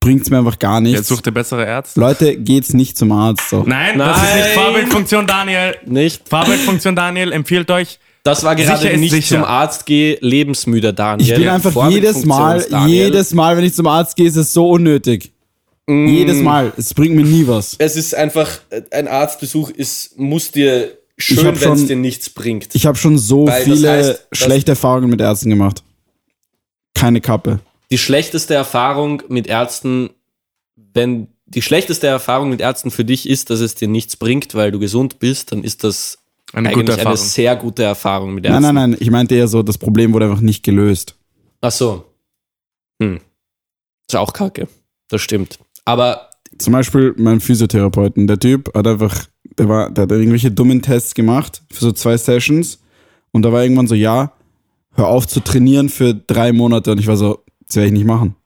D: bringt's mir einfach gar
B: Jetzt
D: nichts.
B: sucht der bessere Ärzte.
D: Leute, geht's nicht zum Arzt. So.
B: Nein, das ist nicht
C: Nein.
B: Vorbildfunktion, Daniel.
C: nicht.
B: Vorbildfunktion, Daniel, empfiehlt euch.
C: Das war gerade
B: Sicher ist
C: nicht
B: sicher.
C: zum Arzt gehe, lebensmüder Daniel.
D: Ich bin einfach jedes Mal,
C: Vorbildfunktions-Daniel.
D: jedes Mal, wenn ich zum Arzt gehe, ist es so unnötig.
C: Mm.
D: Jedes Mal. Es bringt mir nie was.
C: Es ist einfach, äh, ein Arztbesuch ist, muss dir
D: Ich hab
C: schön, wenn es
D: schon-
C: dir nichts bringt.
D: Ich habe schon so
C: Weil das
D: viele
C: heißt, dass-
D: schlechte Erfahrungen mit Ärzten gemacht. Keine Kappe.
C: die schlechteste Erfahrung mit Ärzten, wenn die schlechteste Erfahrung mit Ärzten für dich ist, dass es dir nichts bringt, weil du gesund bist, dann ist das
B: Eine gute
C: eigentlich eine
B: Erfahrung.
C: sehr gute Erfahrung mit Ärzten.
D: Nein, nein, nein. Ich meinte eher so, das Problem wurde einfach nicht gelöst.
C: Ach so. Hm. Ist auch kacke. Das stimmt. Aber
D: Zum Beispiel mein Physiotherapeuten. Der Typ hat einfach, der, war, der hat irgendwelche dummen Tests gemacht für so zwei Sessions. Und da war irgendwann so, ja, hör auf zu trainieren für drei Monate. Und ich war so, das werde ich nicht machen.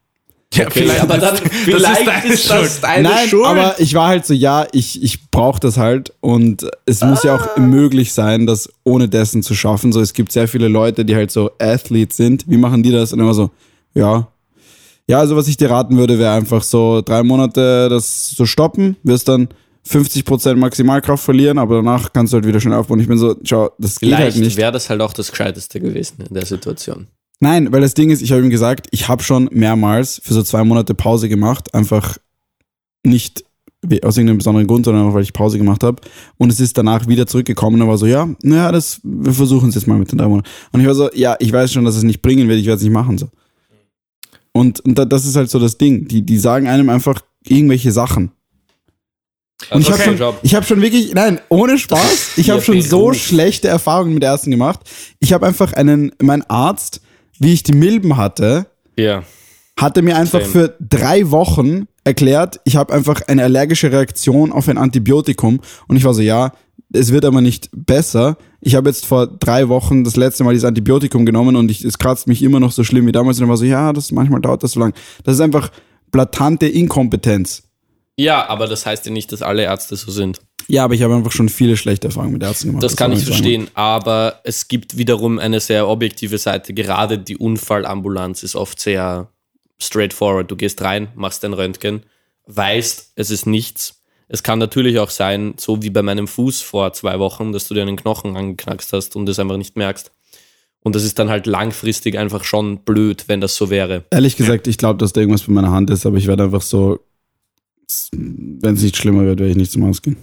B: Ja,
C: okay, aber dann vielleicht ist das deine
D: Nein,
C: Schuld.
D: aber ich war halt so, ja, ich, ich brauche das halt und es muss ja
C: Ah.
D: auch möglich sein, das ohne dessen zu schaffen. So, es gibt sehr viele Leute, die halt so Athletes sind. Wie machen die das? Und immer so, ja. Ja, also was ich dir raten würde, wäre einfach so drei Monate das so stoppen, wirst dann 50% Maximalkraft verlieren, aber danach kannst du halt wieder schnell aufbauen. Ich bin so, schau, das geht halt
C: Vielleicht
D: nicht.
C: wäre das halt auch das Gescheiteste gewesen in der Situation.
D: Nein, weil das Ding ist, ich habe ihm gesagt, ich habe schon mehrmals für so zwei Monate Pause gemacht, einfach nicht we- aus irgendeinem besonderen Grund, sondern einfach, weil ich Pause gemacht habe. Und es ist danach wieder zurückgekommen und war so, ja, naja, das, wir versuchen es jetzt mal mit den drei Monaten. Und ich war so, ja, ich weiß schon, dass es nicht bringen wird, ich werde es nicht machen. So. Und, und da, das ist halt so das Ding. Die, die sagen einem einfach irgendwelche Sachen. Und ich
C: Also,
D: habe
C: okay.
D: schon, ich hab schon wirklich, nein, ohne Spaß, ich habe
C: Ihr
D: schon so
C: Beruf.
D: schlechte Erfahrungen mit Ärzten gemacht. Ich habe einfach einen, mein Arzt, wie ich die Milben hatte,
C: Ja.
D: hatte mir einfach
C: Same.
D: für drei Wochen erklärt, ich habe einfach eine allergische Reaktion auf ein Antibiotikum. Und ich war so, ja, es wird aber nicht besser. Ich habe jetzt vor drei Wochen das letzte Mal dieses Antibiotikum genommen und ich, es kratzt mich immer noch so schlimm wie damals. Und er war so, ja, das manchmal dauert das so lang. Das ist einfach blatante Inkompetenz.
C: ja, aber das heißt ja nicht, dass alle Ärzte so sind.
D: Ja, aber ich habe einfach schon viele schlechte Erfahrungen mit Ärzten gemacht.
C: Das kann
D: soll
C: ich
D: sagen.
C: verstehen, aber es gibt wiederum eine sehr objektive Seite. Gerade die Unfallambulanz ist oft sehr straightforward. Du gehst rein, machst dein Röntgen, weißt, es ist nichts. Es kann natürlich auch sein, so wie bei meinem Fuß vor zwei Wochen, dass du dir einen Knochen angeknackst hast und das einfach nicht merkst. Und das ist dann halt langfristig einfach schon blöd, wenn das so wäre.
D: Ehrlich gesagt, ich glaube, dass da irgendwas bei meiner Hand ist, aber ich werde einfach so, wenn es nicht schlimmer wird, werde ich nicht zum Arzt gehen.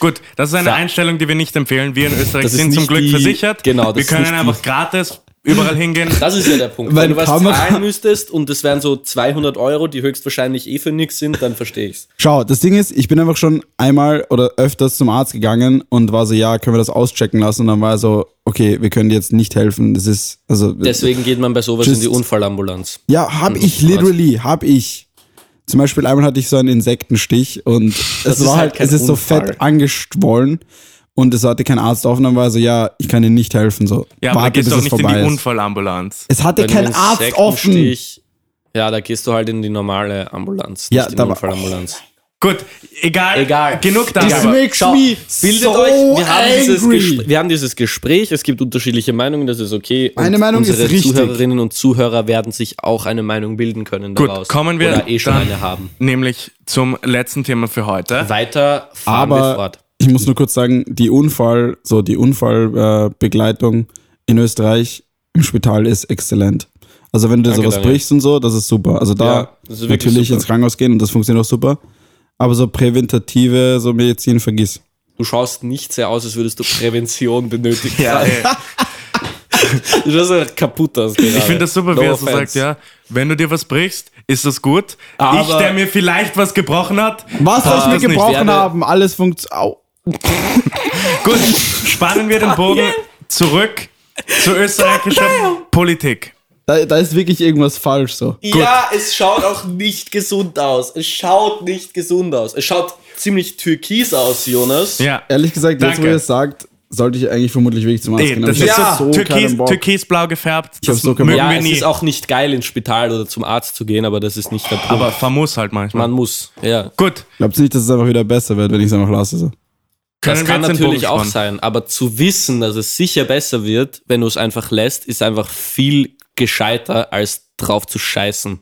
B: Gut, das ist eine
C: Sa-
B: Einstellung, die wir nicht empfehlen. Wir in Österreich
C: Das ist
B: sind zum
C: nicht
B: Glück
C: die-
B: versichert.
C: genau, das
B: wir
C: ist
B: können
C: nicht
B: einfach
C: die-
B: gratis überall hingehen.
C: Das ist ja der Punkt.
D: Weil
C: Wenn du was
D: Kamera-
C: zahlen müsstest und das wären so 200 Euro, die höchstwahrscheinlich eh für nichts sind, dann verstehe ich's.
D: Schau, das Ding ist, ich bin einfach schon einmal oder öfters zum Arzt gegangen und war so, ja, können wir das auschecken lassen? Und dann war er so, okay, wir können dir jetzt nicht helfen. Das ist, also,
C: Deswegen geht man bei sowas
D: Just-
C: in die Unfallambulanz.
D: ja, hab ich, literally, hab ich. Zum Beispiel einmal hatte ich so einen Insektenstich und es
C: ist
D: war
C: halt
D: halt,
C: kein
D: es ist so
C: Unfall.
D: fett angeschwollen und es hatte kein Arzt auf und dann war er so, ja, ich kann dir nicht helfen, so.
B: Ja, aber da gehst du auch nicht in die
D: ist.
B: Unfallambulanz.
D: Es hatte
C: Wenn du
D: kein Arzt offen.
C: Insektenstich- Ja, da gehst du halt in die normale Ambulanz,
D: Ja,
C: nicht in
D: da
C: die
D: war- Oh.
C: Unfallambulanz.
B: Gut, egal.
C: Egal.
B: Genug
D: Das
B: darüber.
D: makes me
C: Bildet
D: so
C: euch, wir haben, dieses
D: angry.
C: Gespr- wir haben dieses Gespräch, es gibt unterschiedliche Meinungen, das ist okay. Und
D: Meine Meinung ist
C: unsere
D: richtig.
C: Zuhörerinnen und Zuhörer werden sich auch eine Meinung bilden können
B: Gut,
C: daraus.
B: kommen wir
C: Oder eh schon
B: dann
C: eine haben.
B: nämlich zum letzten Thema für heute.
C: Weiter fahren wir
D: Aber
C: fort.
D: ich muss nur kurz sagen, die Unfall, so die Unfallbegleitung äh, Begleitung in Österreich im Spital ist exzellent. Also wenn du dir
C: Danke,
D: sowas
C: Daniel.
D: brichst und so, das ist super. Also da
C: Ja, das ist wirklich
D: natürlich
C: super.
D: ins Krankenhaus gehen und das funktioniert auch super. Aber so präventative, so Medizin vergiss.
C: Du schaust nicht sehr aus, als würdest du Prävention benötigen.
B: Ja, ey.
C: Du schaust halt kaputt aus gerade.
B: Ich finde das super,
C: No
B: wie er so
C: offense.
B: sagt, ja, wenn du dir was brichst, ist das gut.
C: Aber-
B: ich, der mir vielleicht was gebrochen hat,
C: Ah,
D: Was
B: brauch
D: was
B: das
D: wir
B: nicht.
D: gebrochen
C: werde-
D: haben, alles funktioniert.
B: Gut, spannen wir den Bogen zurück zur österreichischen Politik.
D: Da, da ist wirklich irgendwas falsch so.
C: Ja, es schaut auch nicht gesund aus. Es schaut nicht gesund aus. Es schaut ziemlich türkis aus, Jonas.
B: Ja.
D: Ehrlich gesagt, jetzt
B: Danke.
D: wo ihr es sagt, sollte ich eigentlich vermutlich wirklich zum Arzt
B: Ey,
D: gehen.
B: das
D: aber ich
B: ist
D: hab
B: so türkis,
D: keinen Bock.
B: türkisblau gefärbt.
D: hab
B: Das
D: so keinen
B: mögen
D: Bock.
C: Ja,
B: wir
C: es
B: nie.
C: ist auch nicht geil, ins Spital oder zum Arzt zu gehen, aber das ist nicht der Punkt.
B: Aber famos halt manchmal.
C: man muss. Ja.
B: Gut,
D: Glaubt ihr nicht, dass es einfach wieder besser wird, wenn ich es einfach lasse? So.
B: können
C: Das
B: wir
C: kann
B: jetzt den
C: natürlich
B: Bogen
C: auch
B: spannen?
C: sein, aber zu wissen, dass es sicher besser wird, wenn du es einfach lässt, ist einfach viel gescheiter, als drauf zu scheißen.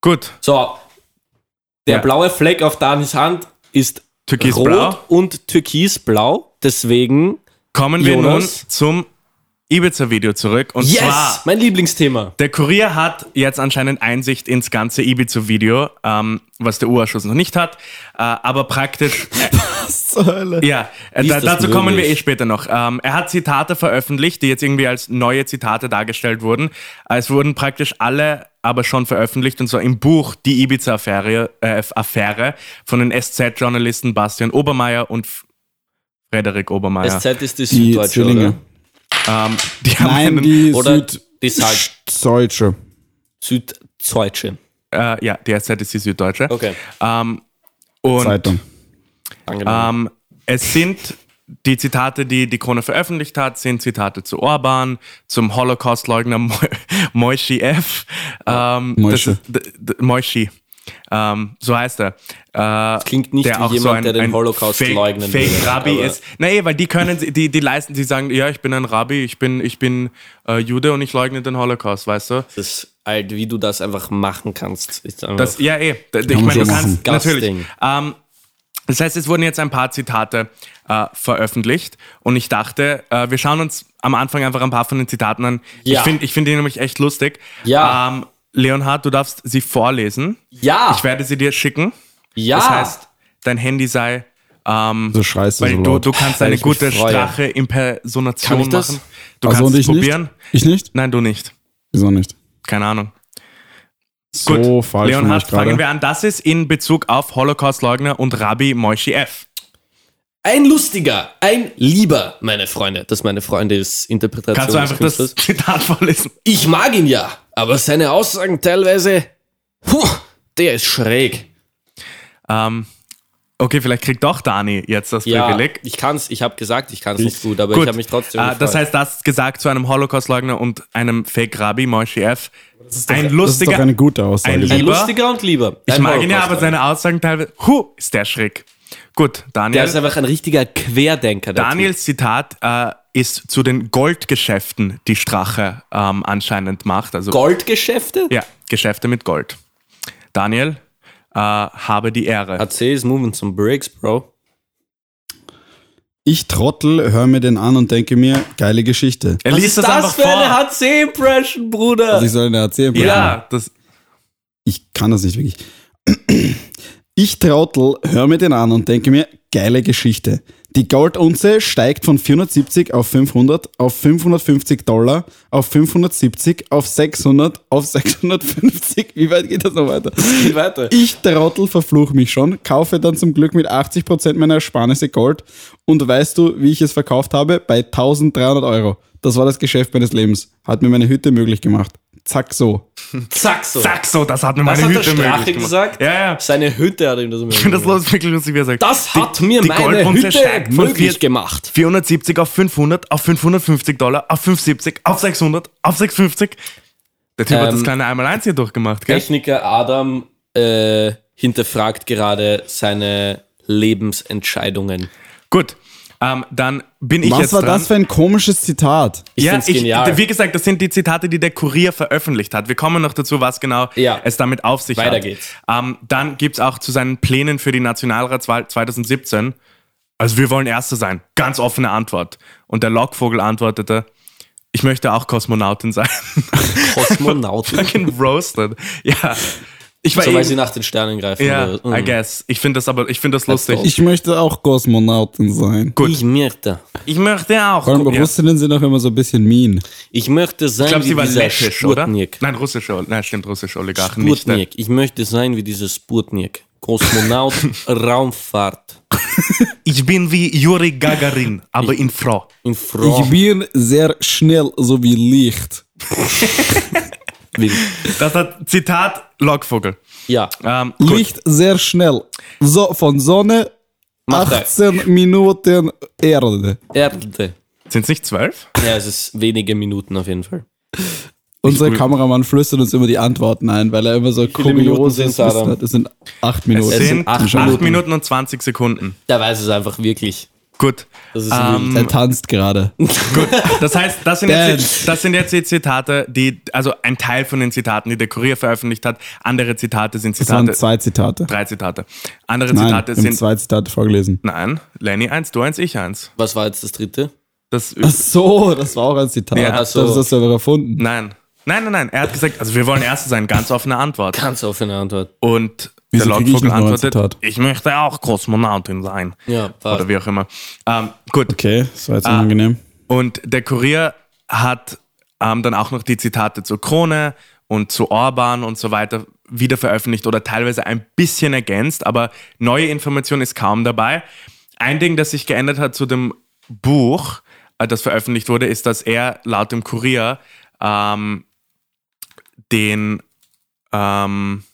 B: Gut,
C: So, der
B: Ja.
C: blaue Fleck auf Danis Hand ist
B: Türkisblau.
C: rot und türkisblau. Deswegen,
B: kommen wir
C: Jonas?
B: nun zum Ibiza-Video zurück. Und
C: yes,
B: zwar
C: mein Lieblingsthema.
B: Der Kurier hat jetzt anscheinend Einsicht ins ganze Ibiza-Video, ähm, was der U-Ausschuss noch nicht hat, äh, aber praktisch. ja, äh,
C: Ist
B: da,
C: das
B: dazu kommen wir eh
C: möglich?
B: später noch. Ähm, er hat Zitate veröffentlicht, die jetzt irgendwie als neue Zitate dargestellt wurden. Äh, Es wurden praktisch alle aber schon veröffentlicht und zwar im Buch Die Ibiza-Affäre äh, Affäre von den SZ-Journalisten Bastian Obermeier und F- Frederik Obermeier.
C: SZ ist die
D: Die
C: Süddeutsche,
D: Zwillinge.
C: oder?
B: Ähm, die haben
D: Nein,
B: einen-
D: die
C: Oder
D: Süd
C: die Sal-
D: Deutsche.
C: Süddeutsche.
B: äh, ja, die SZ ist die Süddeutsche.
C: Okay.
B: Ähm, und
D: Zeitung.
C: Angenommen.
B: Ähm, es sind die Zitate, die die Krone veröffentlicht hat, sind Zitate zu Orban, zum Holocaust-Leugner Mo Moishi F. Ähm,
D: Moishi.
B: das ist- d- d- Moishi. Ähm, so heißt er. Äh,
C: Klingt nicht wie jemand, der den Holocaust
B: Fake,
C: leugnen
B: Fake
C: würde,
B: Rabbi
C: aber-
B: ist. Nee, weil die können, sie- die, die leisten, die sagen, ja, ich bin ein Rabbi, ich bin, ich bin äh, Jude und ich leugne den Holocaust, weißt du?
C: Das ist alt, wie du das einfach machen kannst. Ist einfach-
B: Das, ja, eh. Da- Ich
D: Kann man
B: meine, du
D: so
B: kannst,
C: machen.
B: natürlich.
C: Gasding.
B: Ähm, das heißt, es wurden jetzt ein paar Zitate äh, veröffentlicht und ich dachte, äh, wir schauen uns am Anfang einfach ein paar von den Zitaten an.
C: Ja.
B: Ich finde ich find die nämlich echt lustig.
C: Ja.
B: Ähm, Leonhard, du darfst sie vorlesen.
C: ja,
B: Ich werde sie dir schicken.
C: ja.
B: Das heißt, dein Handy sei. Ähm,
D: So schreist du
B: weil
D: so
B: du,
D: laut.
B: du kannst eine
C: ich mich
B: gute
C: freue.
B: Sprache-Impersonation
C: Kann ich das?
B: machen. Du
D: also
B: kannst
D: und
B: es
D: ich
B: probieren.
D: nicht? Ich nicht?
B: Nein, du nicht.
D: Wieso nicht?
B: Keine Ahnung.
D: So
C: Oh,
D: falsch von
B: Leonhard,
D: euch
B: fangen
D: gerade.
B: wir an. Das ist in Bezug auf Holocaust-Leugner und Rabbi Moishi F.
C: ein lustiger, ein lieber, meine Freunde. Das meine Freunde ist Interpretation
B: Kannst du
C: des
B: einfach das
C: Künstlers.
B: Zitat vorlesen?
C: Ich mag ihn ja, aber seine Aussagen teilweise, puh, der ist schräg.
B: Ähm, okay, vielleicht kriegt doch Dani jetzt das
C: Ja,
B: Privileg.
C: ich kann's, ich habe gesagt, ich kann's nicht gut, aber ich habe mich trotzdem
B: Äh, das
C: gefreut.
B: heißt, das gesagt zu einem Holocaust-Leugner und einem Fake-Rabbi Moishi F. ein
D: Das ist doch
B: lustiger.
D: eine gute Aussage.
B: ein
C: ein
B: lieber-
C: lustiger und lieber.
B: ich
C: Ein
B: mag ihn ja,
C: Holocaust-Leugner.
B: aber seine Aussagen teilweise. Huh, ist der schräg. Gut,
C: Der
B: Daniel.
C: ist einfach ein richtiger Querdenker. Der
B: Daniels Zitat äh, ist zu den Goldgeschäften, die Strache ähm, anscheinend macht. Also
C: Typ. Goldgeschäfte?
B: Ja, Geschäfte mit Gold. Daniel, äh, habe die Ehre.
C: AC is moving some bricks, bro.
D: Ich Trottel, hör mir den an und denke mir, geile Geschichte.
B: er liest das einfach vor.
C: HC-Impression, Bruder?
D: Was ich soll denn erzählen?
B: ja, das,
D: Ich kann das nicht wirklich. Ich Trottel, hör mir den an und denke mir, geile Geschichte. Die Goldunze steigt von 470 auf 500, auf 550 Dollar, auf 570, auf 600, auf 650. Wie weit geht das noch weiter?
C: Geht weiter.
D: Ich Trottel verfluch mich schon, kaufe dann zum Glück mit 80% meiner Ersparnisse Gold und weißt du, wie ich es verkauft habe? Bei 1300 Euro. Das war das Geschäft meines Lebens. Hat mir meine Hütte möglich gemacht. Zack so.
C: Zack so.
B: sag so, das hat mir
C: Das
B: meine
C: hat der
B: Hüte
C: Strache
B: möglich gemacht.
C: gesagt.
B: Ja, ja.
C: Seine Hütte hat ihm das
B: Ich finde
C: möglich
B: das los, wirklich lustig, wie er sagt.
C: Das hat mir
B: die
C: meine
B: Goldunze
C: Hütte
B: steigt von
C: möglich
B: vier-
C: gemacht.
B: 470 auf 500, auf 550 Dollar, auf 570, auf 600, auf 650. Der Typ hat das
C: Ähm,
B: kleine Einmaleins hier durchgemacht, gell?
C: Techniker Adam äh, hinterfragt gerade seine Lebensentscheidungen.
B: Gut, ähm, dann bin ich
D: Was
B: jetzt
D: war
B: dran.
D: das für ein komisches Zitat?
C: Ich
B: ja,
C: find's
B: ich,
C: genial.
B: wie gesagt, das sind die Zitate, die der Kurier veröffentlicht hat. Wir kommen noch dazu, was genau
C: Ja.
B: es damit auf sich hat.
C: Weiter geht's.
B: Ähm, dann gibt's auch zu seinen Plänen für die Nationalratswahl 2017. Also wir wollen Erste sein. Ganz offene Antwort. Und der Lockvogel antwortete, ich möchte auch Kosmonautin sein.
C: Kosmonauten.
B: Fucking roasted. Ja. Ich war
C: so, weil sie
B: eben,
C: nach den Sternen greifen.
B: ja,
C: oder? Mhm.
B: I guess. Ich finde das aber, ich finde das lustig.
C: all.
D: Ich möchte auch Kosmonautin sein.
B: Gut.
C: Ich möchte.
B: Ich möchte auch.
D: Vor allem
B: ja. Ich
D: Russinnen sind auch immer so ein bisschen mean.
C: Ich möchte sein
B: glaube,
C: wie
B: sie war
C: dieser
B: lettisch, oder?
C: Sputnik.
B: Nein, russische, nein, stimmt, russische Oligarchen nicht. Ne?
C: Sputnik. Ich möchte sein wie dieser Sputnik. Kosmonaut, Raumfahrt.
B: Ich bin wie Juri Gagarin, aber in Frau.
C: In
B: Oh.
C: Frau.
D: bin sehr schnell, so wie Licht.
B: Das hat Zitat Lockvogel.
C: Ja.
B: Ähm, gut.
D: Licht sehr schnell. So von Sonne
C: Mach da.
D: 18 Minuten Erde.
C: Erde.
B: Sind es nicht zwölf?
C: Ja, es ist wenige Minuten auf jeden Fall.
D: Unser Kameramann flüstert uns immer die Antworten ein, weil er immer so
C: Minuten
D: kurios
C: sind's,
D: ist. Das
C: Adam?
D: sind- das sind acht Minuten.
B: Es sind
C: acht
B: acht,
C: Minuten.
B: Minuten. und 20 Sekunden.
C: Der weiß es einfach wirklich.
B: Gut.
C: Das ist
B: Ähm,
D: er tanzt gerade.
B: gut. Das heißt, das sind, jetzt,
D: Dance.
B: die- das sind jetzt die Zitate, die, also ein Teil von den Zitaten, die der Kurier veröffentlicht hat. Andere Zitate sind
D: Das waren
B: Zitate.
D: zwei Zitate.
B: drei Zitate. Andere
D: Nein,
B: Zitate
D: wir haben
B: sind.
D: zwei Zitate vorgelesen.
B: Nein, Lenny eins, du eins, ich eins.
C: Was war jetzt das dritte?
B: Das,
D: Ach so, das war auch ein Zitat.
B: Ja,
D: Ja,
B: ach
D: das
C: so.
D: hast du selber erfunden.
B: nein. Nein, nein, nein. Er hat gesagt, also wir wollen Erste sein, ganz offene Antwort.
C: Ganz offene Antwort.
B: Und
D: Wieso
B: der
D: krieg
B: Lockvogel
D: ich nicht mal ein
B: antwortet,
D: Zitat?
B: ich möchte auch Kosmonautin sein.
C: Ja, passt.
B: Oder wie auch immer. Ähm, gut.
D: Okay, das war jetzt unangenehm.
B: Und der Kurier hat ähm, dann auch noch die Zitate zur Krone und zu Orban und so weiter wieder veröffentlicht oder teilweise ein bisschen ergänzt, aber neue Information ist kaum dabei. Ein Ding, das sich geändert hat zu dem Buch, äh, das veröffentlicht wurde, ist, dass er laut dem Kurier ähm, den, ähm,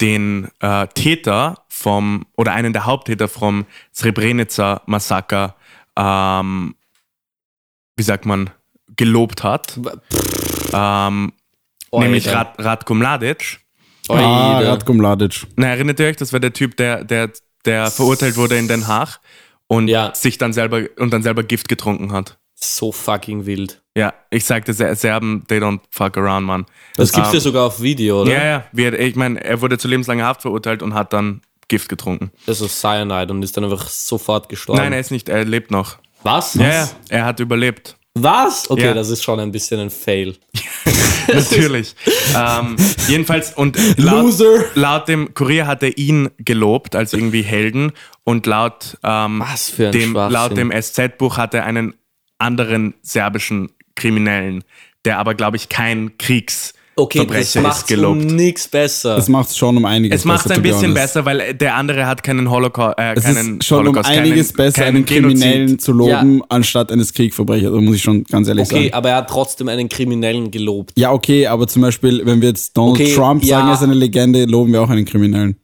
B: den äh, Täter vom, oder einen der Haupttäter vom Srebrenica-Massaker, ähm, wie sagt man, gelobt hat. Ähm, nämlich
C: Alter.
B: Rad, Radko Mladic.
D: Ah,
C: Alter.
D: Radko Mladic.
B: Na, erinnert ihr euch, das war der Typ, der, der, der verurteilt wurde in Den Haag und
C: Ja.
B: sich dann selber und dann selber Gift getrunken hat.
C: So fucking wild.
B: Ja, ich sagte, Se- Serben, they don't fuck around, Mann.
C: Das gibt's
B: Ähm,
C: ja sogar auf Video, oder?
B: Ja, ja. Wie er- Ich meine, er wurde zu lebenslanger Haft verurteilt und hat dann Gift getrunken.
C: Also Cyanide und ist dann einfach sofort gestorben.
B: Nein, er ist nicht, er lebt noch.
C: Was?
B: Ja, ja, er hat überlebt.
C: Was? Okay,
B: Ja.
C: das ist schon ein bisschen ein Fail.
B: Natürlich. ähm, jedenfalls, und laut,
C: Loser.
B: laut dem Kurier hat er ihn gelobt als irgendwie Helden und laut, ähm,
C: Was für ein
B: dem,
C: Schwachsinn.
B: laut dem SZ-Buch hat er einen anderen serbischen Kriminellen, der aber, glaube ich, kein
C: Okay, das
B: Kriegsverbrecher ist,
C: macht um
B: gelobt.
C: nichts besser.
D: Das macht es schon um einiges
B: Es macht
D: besser,
B: ein
D: to be
B: bisschen
D: honest.
B: besser, weil der andere hat keinen Holocaust. Äh,
D: Es
B: keinen
D: ist schon um
B: Holocaust,
D: einiges
B: keinen,
D: besser,
B: keinen
D: einen Kriminellen zu loben, anstatt eines Kriegsverbrechers. Da muss ich schon ganz ehrlich
C: okay,
D: sagen.
C: aber er hat trotzdem einen Kriminellen gelobt.
D: Ja, okay, aber zum Beispiel, wenn wir jetzt Donald
C: Okay,
D: Trump sagen,
C: ja.
D: er ist eine Legende, loben wir auch einen Kriminellen.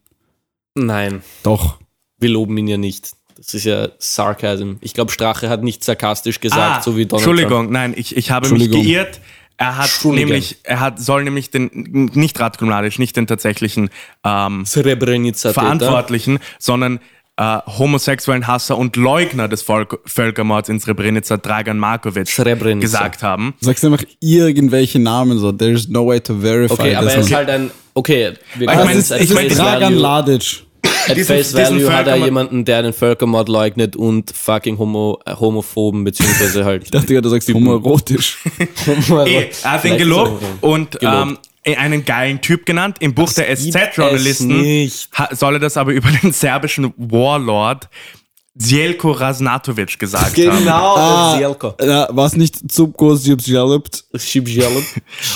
C: Nein,
D: Doch.
C: wir loben ihn ja nicht. Das ist ja Sarcasm. Ich glaube, Strache hat nicht sarkastisch gesagt,
B: Ah,
C: so wie Donald
B: Entschuldigung, nein, ich, ich habe mich
D: Entschuldigung.
B: geirrt. Er hat
C: Entschuldigung.
B: nämlich, er hat, soll nämlich den, nicht Ratko Mladic, nicht den tatsächlichen ähm,
C: Trump. Srebrenica
B: Verantwortlichen, sondern äh, homosexuellen Hasser und Leugner des Volk Völkermords in Srebrenica, Dragan Markovic,
C: Srebrenica.
B: gesagt haben.
D: Sagst einfach irgendwelche Namen so. There's no way to verify.
C: Okay, aber
D: this
C: er ist
D: one.
C: halt ein. Okay, wir
B: Aber ich
D: das
B: meine,
D: ist,
B: ich
D: es
B: meine,
D: ist
B: das
D: Dragan
C: value,
D: Ladic.
C: at
B: diesen-
C: face
B: diesen
C: value hat er
B: Völkermord-
C: jemanden, der einen Völkermord leugnet und fucking homo, äh, homophoben, beziehungsweise halt.
D: Ich dachte gerade, du sagst homoerotisch.
B: Eh, er hat ihn gelobt und ähm, eh, einen geilen Typ genannt. Im Buch der
C: gibt es
B: SZ-Journalisten
C: nicht.
B: ha- soll er das aber über den serbischen Warlord Zjelko Raznatovic gesagt haben.
C: Genau, ah, Zielko.
D: Na, was nicht Zubko Zubzjalopit, was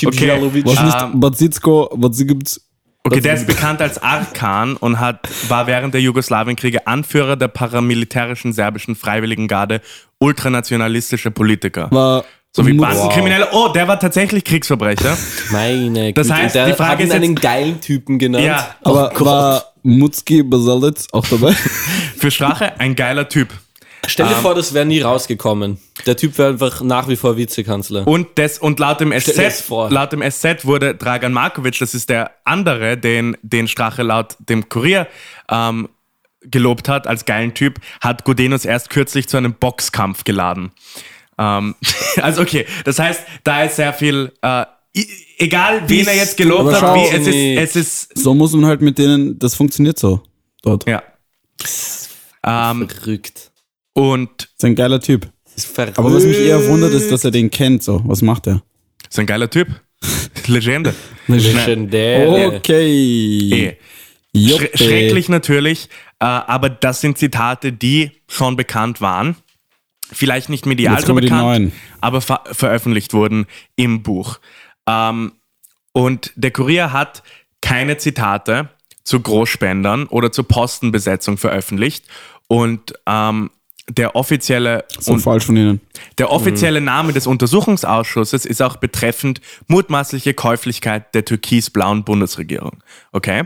C: Okay.
D: nicht Bazitsko, was sie gibt.
B: Okay, der ist bekannt als Arkan und hat, war während der Jugoslawienkriege Anführer der paramilitärischen serbischen Freiwilligengarde, ultranationalistische Politiker.
D: War
B: Sowie
D: Mut-
B: Bandenkriminelle. Oh, der war tatsächlich Kriegsverbrecher.
C: Meine
B: Das
C: Güte,
B: heißt,
C: der
B: die Frage
C: hat ihn
B: ist jetzt-
C: einen geilen Typen genannt.
B: Ja.
D: Aber
C: oh Gott.
D: war Mutski Basalitz auch dabei?
B: Für Strache ein geiler Typ.
C: Stell dir vor, das wäre nie rausgekommen. Der Typ wäre einfach nach wie vor Vizekanzler.
B: Und, des, und laut, dem
C: dir das
B: SZ,
C: vor.
B: laut dem SZ wurde Dragan Markovic, das ist der andere, den, den Strache laut dem Kurier ähm, gelobt hat, als geilen Typ, hat Gudenus erst kürzlich zu einem Boxkampf geladen. Ähm, also okay, das heißt, da ist sehr viel, äh, i- egal wen er jetzt gelobt
D: aber
B: hat,
D: schau
B: wie, es,
C: nicht.
B: ist, es ist
D: So muss man halt mit denen, das funktioniert so dort.
B: Ja. Ähm,
C: Verrückt.
B: und
D: Ist ein geiler Typ.
C: Das ist verrückt.
D: Aber was mich eher wundert, ist, dass er den kennt. So, was macht er?
B: ist ein geiler Typ. Legende.
C: Legendär.
D: Okay.
B: Eh.
D: Joppe.
B: Schre schrecklich natürlich, äh, aber das sind Zitate, die schon bekannt waren. Vielleicht nicht medial
D: Jetzt
B: so
D: kommen die
B: bekannt,
D: neuen.
B: aber ver veröffentlicht wurden im Buch. Ähm, und der Kurier hat keine Zitate zu Großspendern oder zur Postenbesetzung veröffentlicht. Und ähm, der offizielle
D: So falsch von ihnen.
B: Der offizielle Name des Untersuchungsausschusses ist auch betreffend mutmaßliche Käuflichkeit der türkis-blauen Bundesregierung. Okay?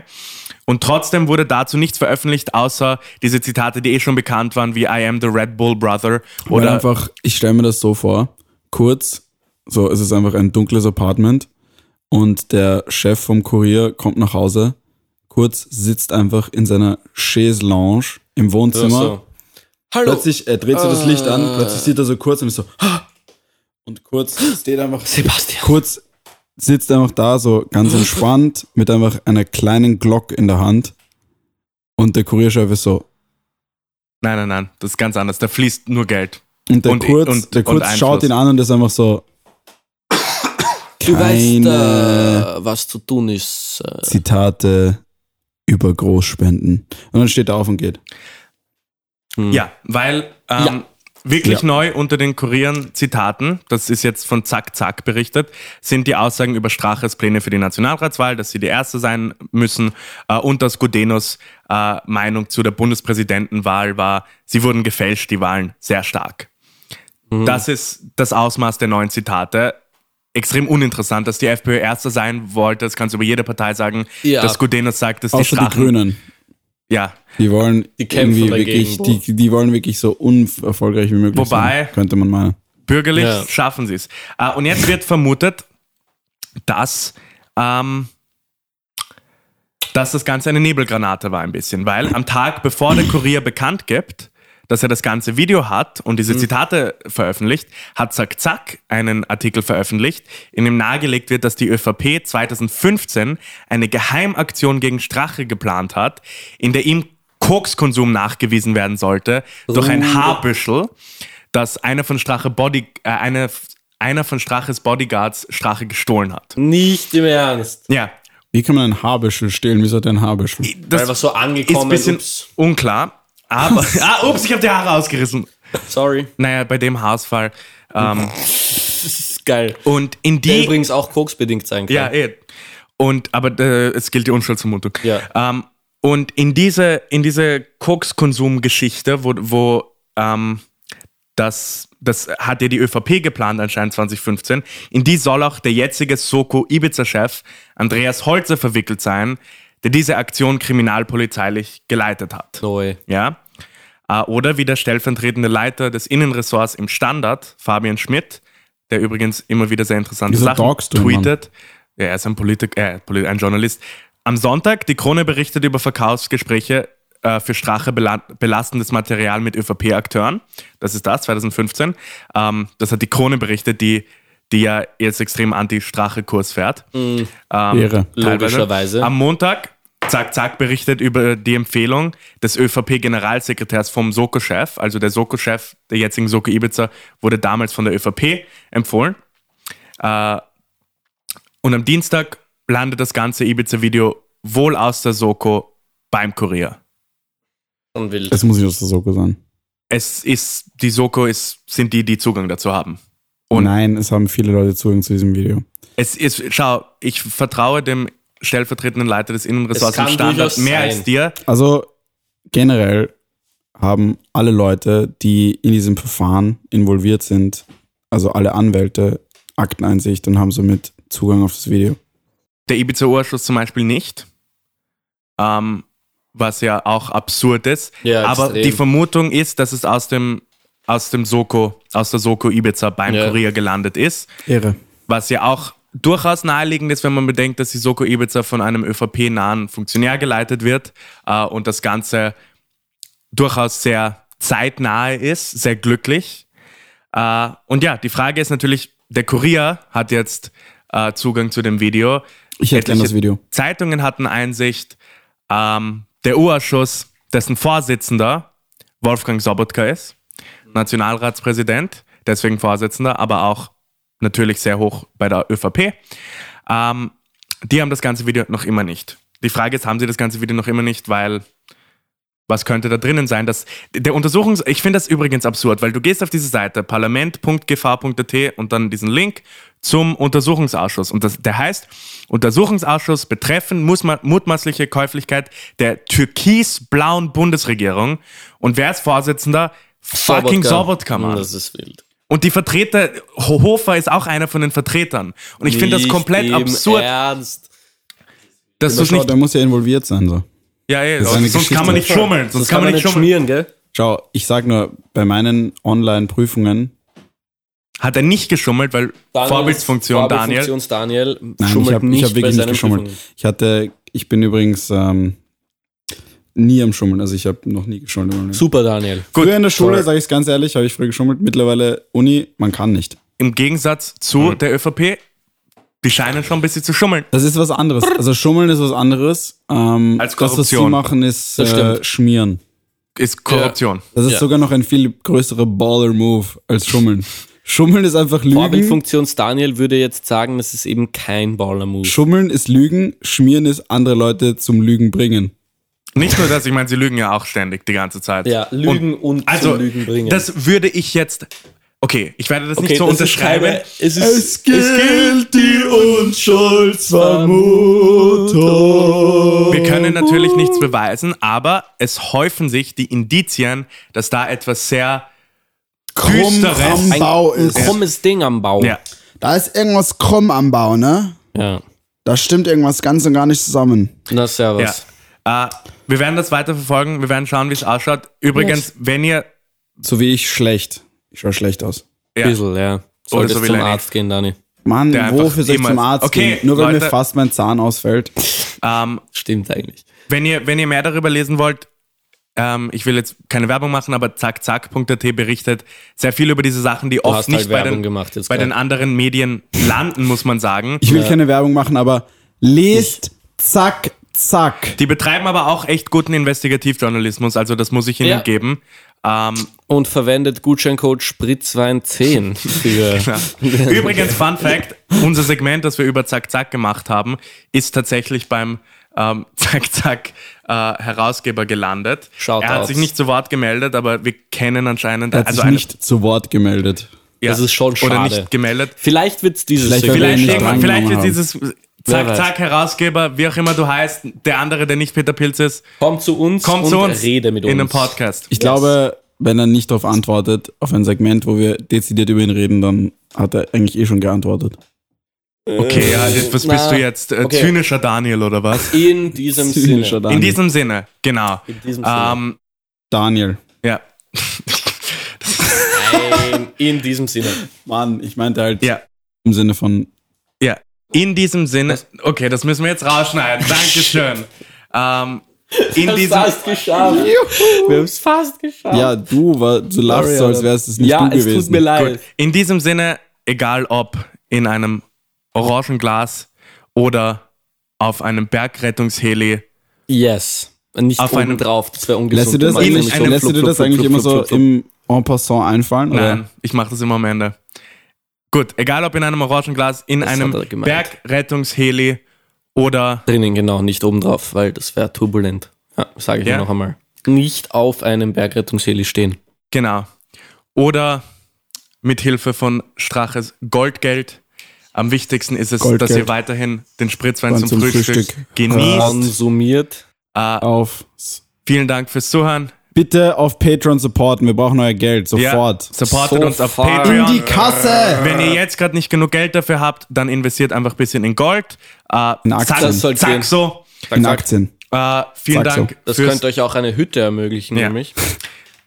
B: Und trotzdem wurde dazu nichts veröffentlicht, außer diese Zitate, die eh schon bekannt waren, wie I am the Red Bull Brother
D: Weil
B: oder
D: einfach, ich stelle mir das so vor, kurz, so es ist einfach ein dunkles Apartment und der Chef vom Kurier kommt nach Hause, kurz sitzt einfach in seiner Chaise Lounge im
C: Ja,
D: Wohnzimmer.
C: so. Hallo.
D: Plötzlich, er dreht so das Licht
B: Ah.
D: an, plötzlich sieht er so kurz und ist so, "Ah!" und kurz steht einfach,
C: Sebastian.
D: kurz sitzt einfach da so ganz entspannt mit einfach einer kleinen Glock in der Hand und der Kurierchef ist so,
B: Nein, nein, nein, das ist ganz anders. Da fließt nur Geld.
D: und der
B: Und-
D: Kurz,
B: und-
D: der
B: und
D: Kurz
B: Einfluss.
D: schaut ihn an und ist einfach so,
C: Du weißt,
D: Keine-
C: äh, was zu tun ist. Äh,
D: Zitate über Großspenden. Und dann steht er auf und geht.
B: Ja, Hm. weil ähm,
C: Ja.
B: wirklich
D: Ja.
B: neu unter den Kurieren Zitaten, das ist jetzt von Zack Zack berichtet, sind die Aussagen über Straches Pläne für die Nationalratswahl, dass sie die Erste sein müssen äh, und dass Gudenus äh, Meinung zu der Bundespräsidentenwahl war, sie wurden gefälscht, die Wahlen, sehr stark. Das ist das Ausmaß der neuen Zitate. Extrem uninteressant, dass die FPÖ Erster sein wollte, das kannst du über jede Partei sagen,
C: Ja.
B: dass Gudenus sagt, dass die
D: Außer die,
B: Strachen...
D: Grünen.
B: Ja,
D: Die wollen
C: Die kämpfen
D: irgendwie
C: dagegen,
D: wirklich,
C: Bro.
D: die, die wollen wirklich so unerfolgreich wie möglich
B: Wobei-
D: sein, könnte man meinen.
B: Bürgerlich
C: Ja.
B: schaffen sie es. Äh, und jetzt wird vermutet, dass, ähm, dass das Ganze eine Nebelgranate war ein bisschen, weil am Tag, bevor der Kurier bekannt gibt, dass er das ganze Video hat und diese Zitate veröffentlicht, hat Zack Zack einen Artikel veröffentlicht, in dem nahegelegt wird, dass die ÖVP 2015 eine Geheimaktion gegen Strache geplant hat, in der ihm Kokskonsum nachgewiesen werden sollte durch ein Haarbüschel, das einer von Strache Body, äh, eine, einer von Straches Bodyguards Strache gestohlen hat.
C: Nicht im Ernst.
B: Ja,
D: Wie kann man ein Haarbüschel stehlen? Wieso hat er ein Haarbüschel?
B: das
C: Weil was so
B: ist ein
C: angekommen
B: bisschen
C: Ups,
B: unklar. Aber, ah, ups, ich habe die Haare ausgerissen.
C: sorry.
B: Naja, bei dem Haarausfall. Ähm,
C: Das ist geil.
B: und in
C: Mhm. Der
B: die.
C: übrigens auch koksbedingt sein kann.
B: Ja, eh. Und, aber äh, es gilt die Unschuldsvermutung.
C: Ja.
B: Ähm, und in diese, in diese Koks-Konsum-Geschichte, wo, wo ähm, das, das hat ja die ÖVP geplant anscheinend 2015, in die soll auch der jetzige Soko-Ibiza-Chef Andreas Holzer verwickelt sein, der diese Aktion kriminalpolizeilich geleitet hat.
C: No way.
B: Ja. Äh, Oder wie der stellvertretende Leiter des Innenressorts im Standard, Fabian Schmidt, der übrigens immer wieder sehr interessante
D: Wieso
B: Sachen
D: talkst du,
B: tweetet. Ja, er ist ein, Politik, äh, Poli- ein Journalist. Am Sonntag, die Krone berichtet über Verkaufsgespräche äh, für Strache bela belastendes Material mit ÖVP-Akteuren. Das ist das, 2015. Ähm, das hat die Krone berichtet, die, die ja jetzt extrem anti-Strache-Kurs fährt. Ähm,
D: Ehre.
B: teilweise.
C: Logischerweise.
B: Am Montag, Zack Zack berichtet über die Empfehlung des ÖVP-Generalsekretärs vom Soko-Chef. Also der Soko-Chef der jetzigen Soko Ibiza wurde damals von der ÖVP empfohlen. Äh, und am Dienstag landet das ganze Ibiza-Video wohl aus der Soko beim Kurier.
C: Schon wild.
D: Das muss ich aus der Soko sein.
B: Es ist, die Soko ist, sind die, die Zugang dazu haben. Und-
D: Nein, es haben viele Leute Zugang zu diesem Video.
B: Es ist, schau, ich vertraue dem stellvertretenden Leiter des Innenressorts
C: Es
B: im
C: kann
B: Standard
C: durchaus
B: mehr
C: sein.
B: als dir.
D: Also generell haben alle Leute, die in diesem Verfahren involviert sind, also alle Anwälte, Akteneinsicht und haben somit Zugang auf das Video.
B: Der Ibiza-Urschuss zum Beispiel nicht. Ähm, was ja auch absurd ist.
C: Ja,
B: Aber
C: extrem.
B: die Vermutung ist, dass es aus dem, aus dem Soko, aus der Soko Ibiza beim
C: Ja.
B: Kurier gelandet ist.
D: Ehre.
B: Was ja auch durchaus naheliegend ist, wenn man bedenkt, dass die Soko Ibiza von einem ÖVP-nahen Funktionär geleitet wird äh, und das Ganze durchaus sehr zeitnahe ist, sehr glücklich. Äh, und ja, die Frage ist natürlich, der Kurier hat jetzt äh, Zugang zu dem Video.
D: Ich hätte gern
B: Etliche
D: das Video.
B: Zeitungen hatten Einsicht. Ähm, der U-Ausschuss, dessen Vorsitzender Wolfgang Sobotka ist, Nationalratspräsident, deswegen Vorsitzender, aber auch natürlich sehr hoch bei der ÖVP. Ähm, die haben das ganze Video noch immer nicht. Die Frage ist, haben sie das ganze Video noch immer nicht, weil was könnte da drinnen sein? Dass der Untersuchungs ich finde das übrigens absurd, weil du gehst auf diese Seite parlament.gv.at und dann diesen Link zum Untersuchungsausschuss und das, der heißt Untersuchungsausschuss betreffen muss man mutmaßliche Käuflichkeit der türkis-blauen Bundesregierung und wer ist Vorsitzender? Fucking Sobotka, Mann.
C: Das ist wild.
B: Und die Vertreter, Ho- Hofer ist auch einer von den Vertretern. Und ich finde das
C: Nicht
B: komplett
C: im
B: absurd,
C: Ernst.
B: dass du
D: Aber
B: es
D: schau,
B: nicht.
D: der muss ja involviert sein. So.
B: Ja, ja,
D: ist eine
B: sonst kann man nicht
D: Geschichte.
B: schummeln. Sonst
C: Das
B: kann man nicht schummeln.
C: schmieren, gell?
D: Schau, ich sag nur, bei meinen Online-Prüfungen,
B: Hat er nicht geschummelt, weil Vorbildsfunktion Daniel.
C: Vorbildfunktions Daniel
D: nein, ich
C: schummelt
D: habe
C: nicht
D: ich hab
C: bei
D: wirklich nicht
C: seinen
D: geschummelt.
C: Prüfungen.
D: Ich hatte, ich bin übrigens ähm, nie am Schummeln, also ich habe noch nie geschummelt. in meinem Leben.
C: Super, Daniel.
B: Gut,
D: früher in der Schule,
B: sorry.
D: sage ich es ganz ehrlich, habe ich früher geschummelt. Mittlerweile Uni, man kann nicht.
B: Im Gegensatz zu
C: Mhm.
B: der ÖVP, die scheinen schon ein bisschen zu schummeln.
D: Das ist was anderes. Also Schummeln ist was anderes. Ähm,
B: Als
D: Das, was sie
B: Korruption.
D: machen, ist
C: Das
D: äh,
C: stimmt.
D: Schmieren.
B: Ist Korruption.
D: Das ist
C: Ja.
D: sogar noch ein viel größerer Baller-Move als Schummeln. Schummeln ist einfach Lügen.
C: Vorbildfunktions Daniel würde jetzt sagen, das ist eben kein Baller-Move.
D: Schummeln ist Lügen. Schmieren ist andere Leute zum Lügen bringen.
B: Nicht nur das, ich meine, sie lügen ja auch ständig die ganze Zeit.
C: Ja, Lügen und,
B: Also,
C: zum Lügen bringen.
B: das würde ich jetzt. Okay, ich werde das
C: Okay,
B: nicht so
C: das ist
B: unterschreiben.
C: keine- Es ist,
D: gilt die
C: Oh.
D: Unschuldsvermutung.
B: Wir können natürlich nichts beweisen, aber es häufen sich die Indizien, dass da etwas sehr
E: krumm am
B: düsteres.
E: Bau
C: ein
E: ist.
C: krummes Ding am Bau.
B: Ja.
E: Da ist irgendwas krumm am Bau, ne?
C: ja.
E: Da stimmt irgendwas ganz und gar nicht zusammen.
C: Na, servus.
B: ja. Äh, wir werden das weiter verfolgen. Wir werden schauen, wie es ausschaut. Übrigens, wenn ihr.
D: So wie ich schlecht. Ich schaue schlecht aus.
B: Ja,
C: Bissl, ja.
B: Oder
C: Solltest
B: so wie
C: zum
B: Lenny.
C: Arzt gehen, Dani.
D: Mann,
B: Der einfach
D: wofür soll ich
B: immer-
D: zum Arzt
B: Okay,
D: gehen? Nur weil
B: Leute.
D: mir fast mein Zahn ausfällt.
B: ähm,
C: Stimmt eigentlich.
B: wenn, ihr, wenn ihr mehr darüber lesen wollt, ähm, ich will jetzt keine Werbung machen, aber zackzack.at berichtet sehr viel über diese Sachen, die
C: hast
B: oft
C: halt
B: nicht bei,
C: Werbung
B: den,
C: gemacht jetzt
B: bei
C: gerade.
B: den anderen Medien landen, muss man sagen.
D: Ich will keine Werbung machen, aber lest, zack, zack.
B: Die betreiben aber auch echt guten Investigativjournalismus, also das muss ich ihnen
C: Ja.
B: geben. Ähm,
C: Und verwendet Gutscheincode Spritzwein10
B: Genau.
C: für.
B: Übrigens, Fun Fact: Unser Segment, das wir über Zack Zack gemacht haben, ist tatsächlich beim ähm, Zack Zack äh, Herausgeber gelandet.
C: Shoutouts.
B: er hat sich nicht zu Wort gemeldet, aber wir kennen anscheinend
D: Er hat sich
B: Also eine-
D: nicht zu Wort gemeldet.
B: ja,
C: Das ist schon
B: Oder
C: schade.
B: nicht gemeldet.
C: Vielleicht wird's dieses
D: Vielleicht
C: Jahr
B: Vielleicht,
D: werden wir ihn nicht
B: irgendwann-
D: drangenommen
B: vielleicht wird
D: haben.
B: dieses
C: Wer
B: Zack
C: weiß.
B: Zack Herausgeber, wie auch immer du heißt, der andere, der nicht Peter Pilz ist,
C: Komm zu uns
B: kommt
C: und
B: zu uns
C: rede mit uns.
B: in einem Podcast.
D: Ich glaube, wenn er nicht darauf antwortet, auf ein Segment, wo wir dezidiert über ihn reden, dann hat er eigentlich eh schon geantwortet.
B: Okay, ja, jetzt, was
C: Na,
B: bist du jetzt? Äh,
C: okay.
B: Zynischer Daniel oder was?
C: In diesem
D: Zynischer
C: Sinne.
D: Daniel.
B: In diesem Sinne, genau.
C: In diesem Sinne.
B: Ähm,
D: Daniel.
B: ja.
C: Nein, Äh, in diesem Sinne.
D: Mann, ich meinte halt
B: Ja.
D: im Sinne von
B: Ja, in diesem Sinne. Okay, das müssen wir jetzt rausschneiden. Dankeschön. ähm, in diesem.
C: geschafft. Wir haben's fast geschafft.
D: Ja, du, war, du lachst so, als wärst es nicht
C: ja,
D: du
C: es
D: gewesen.
C: tut mir leid.
B: Gut, in diesem Sinne, egal ob in einem Orangenglas oder auf einem Bergrettungsheli.
C: Yes. Nicht
B: Auf
C: Auf
B: einem-
C: einem drauf, das wäre ungesund.
D: Lässt du das,
C: Du meinst
B: In
D: eigentlich,
C: nämlich so
B: einem
D: lässt du
C: flup,
D: das
C: flup,
D: eigentlich
C: flup,
D: immer
C: flup,
D: so
C: flup, flup.
D: im En passant einfallen? Oder?
B: Nein, ich mache das immer am Ende. Gut, egal ob in einem Orangenglas, in
C: Das
B: einem
C: hat er gemeint.
B: Bergrettungsheli oder
C: drinnen, genau, nicht oben drauf, weil das wäre turbulent. Ja, Sage ich
B: Ja.
C: ja. noch einmal. Nicht auf einem Bergrettungsheli stehen.
B: genau oder mit Hilfe von Straches Goldgeld. Am wichtigsten ist es, dass ihr
D: Goldgeld.
B: weiterhin den Spritzwein
D: Dann
B: zum,
D: zum
B: Frühstück,
D: Frühstück.
B: genießt.
C: Konsumiert.
B: Äh,
D: Auf.
B: vielen Dank fürs Zuhören.
D: Bitte auf Patreon supporten, wir brauchen euer Geld,
B: Ja,
D: sofort.
B: supportet uns auf
C: Sofort.
E: In die
B: Patreon.
E: Kasse!
B: Wenn ihr jetzt gerade nicht genug Geld dafür habt, dann investiert einfach ein bisschen in Gold. Äh,
D: In Aktien.
C: Das soll
B: zack, zack
C: gehen.
B: so.
D: In Aktien.
B: Äh, vielen
D: Zack so.
B: Dank
C: Das
B: fürs,
C: könnte euch auch eine Hütte ermöglichen,
B: Ja.
C: nämlich.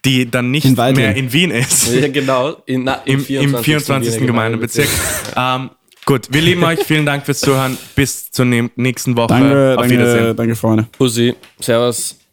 B: die dann nicht
D: In Weidling.
B: mehr in Wien ist.
C: Ja, genau. In, na,
B: Im, Im 24. Gemeindebezirk. ähm, gut, wir lieben euch. Vielen Dank fürs Zuhören. Bis zur ne nächsten Woche.
D: Danke,
B: auf Wiedersehen.
D: danke, danke, Freunde.
C: Pussy. Servus.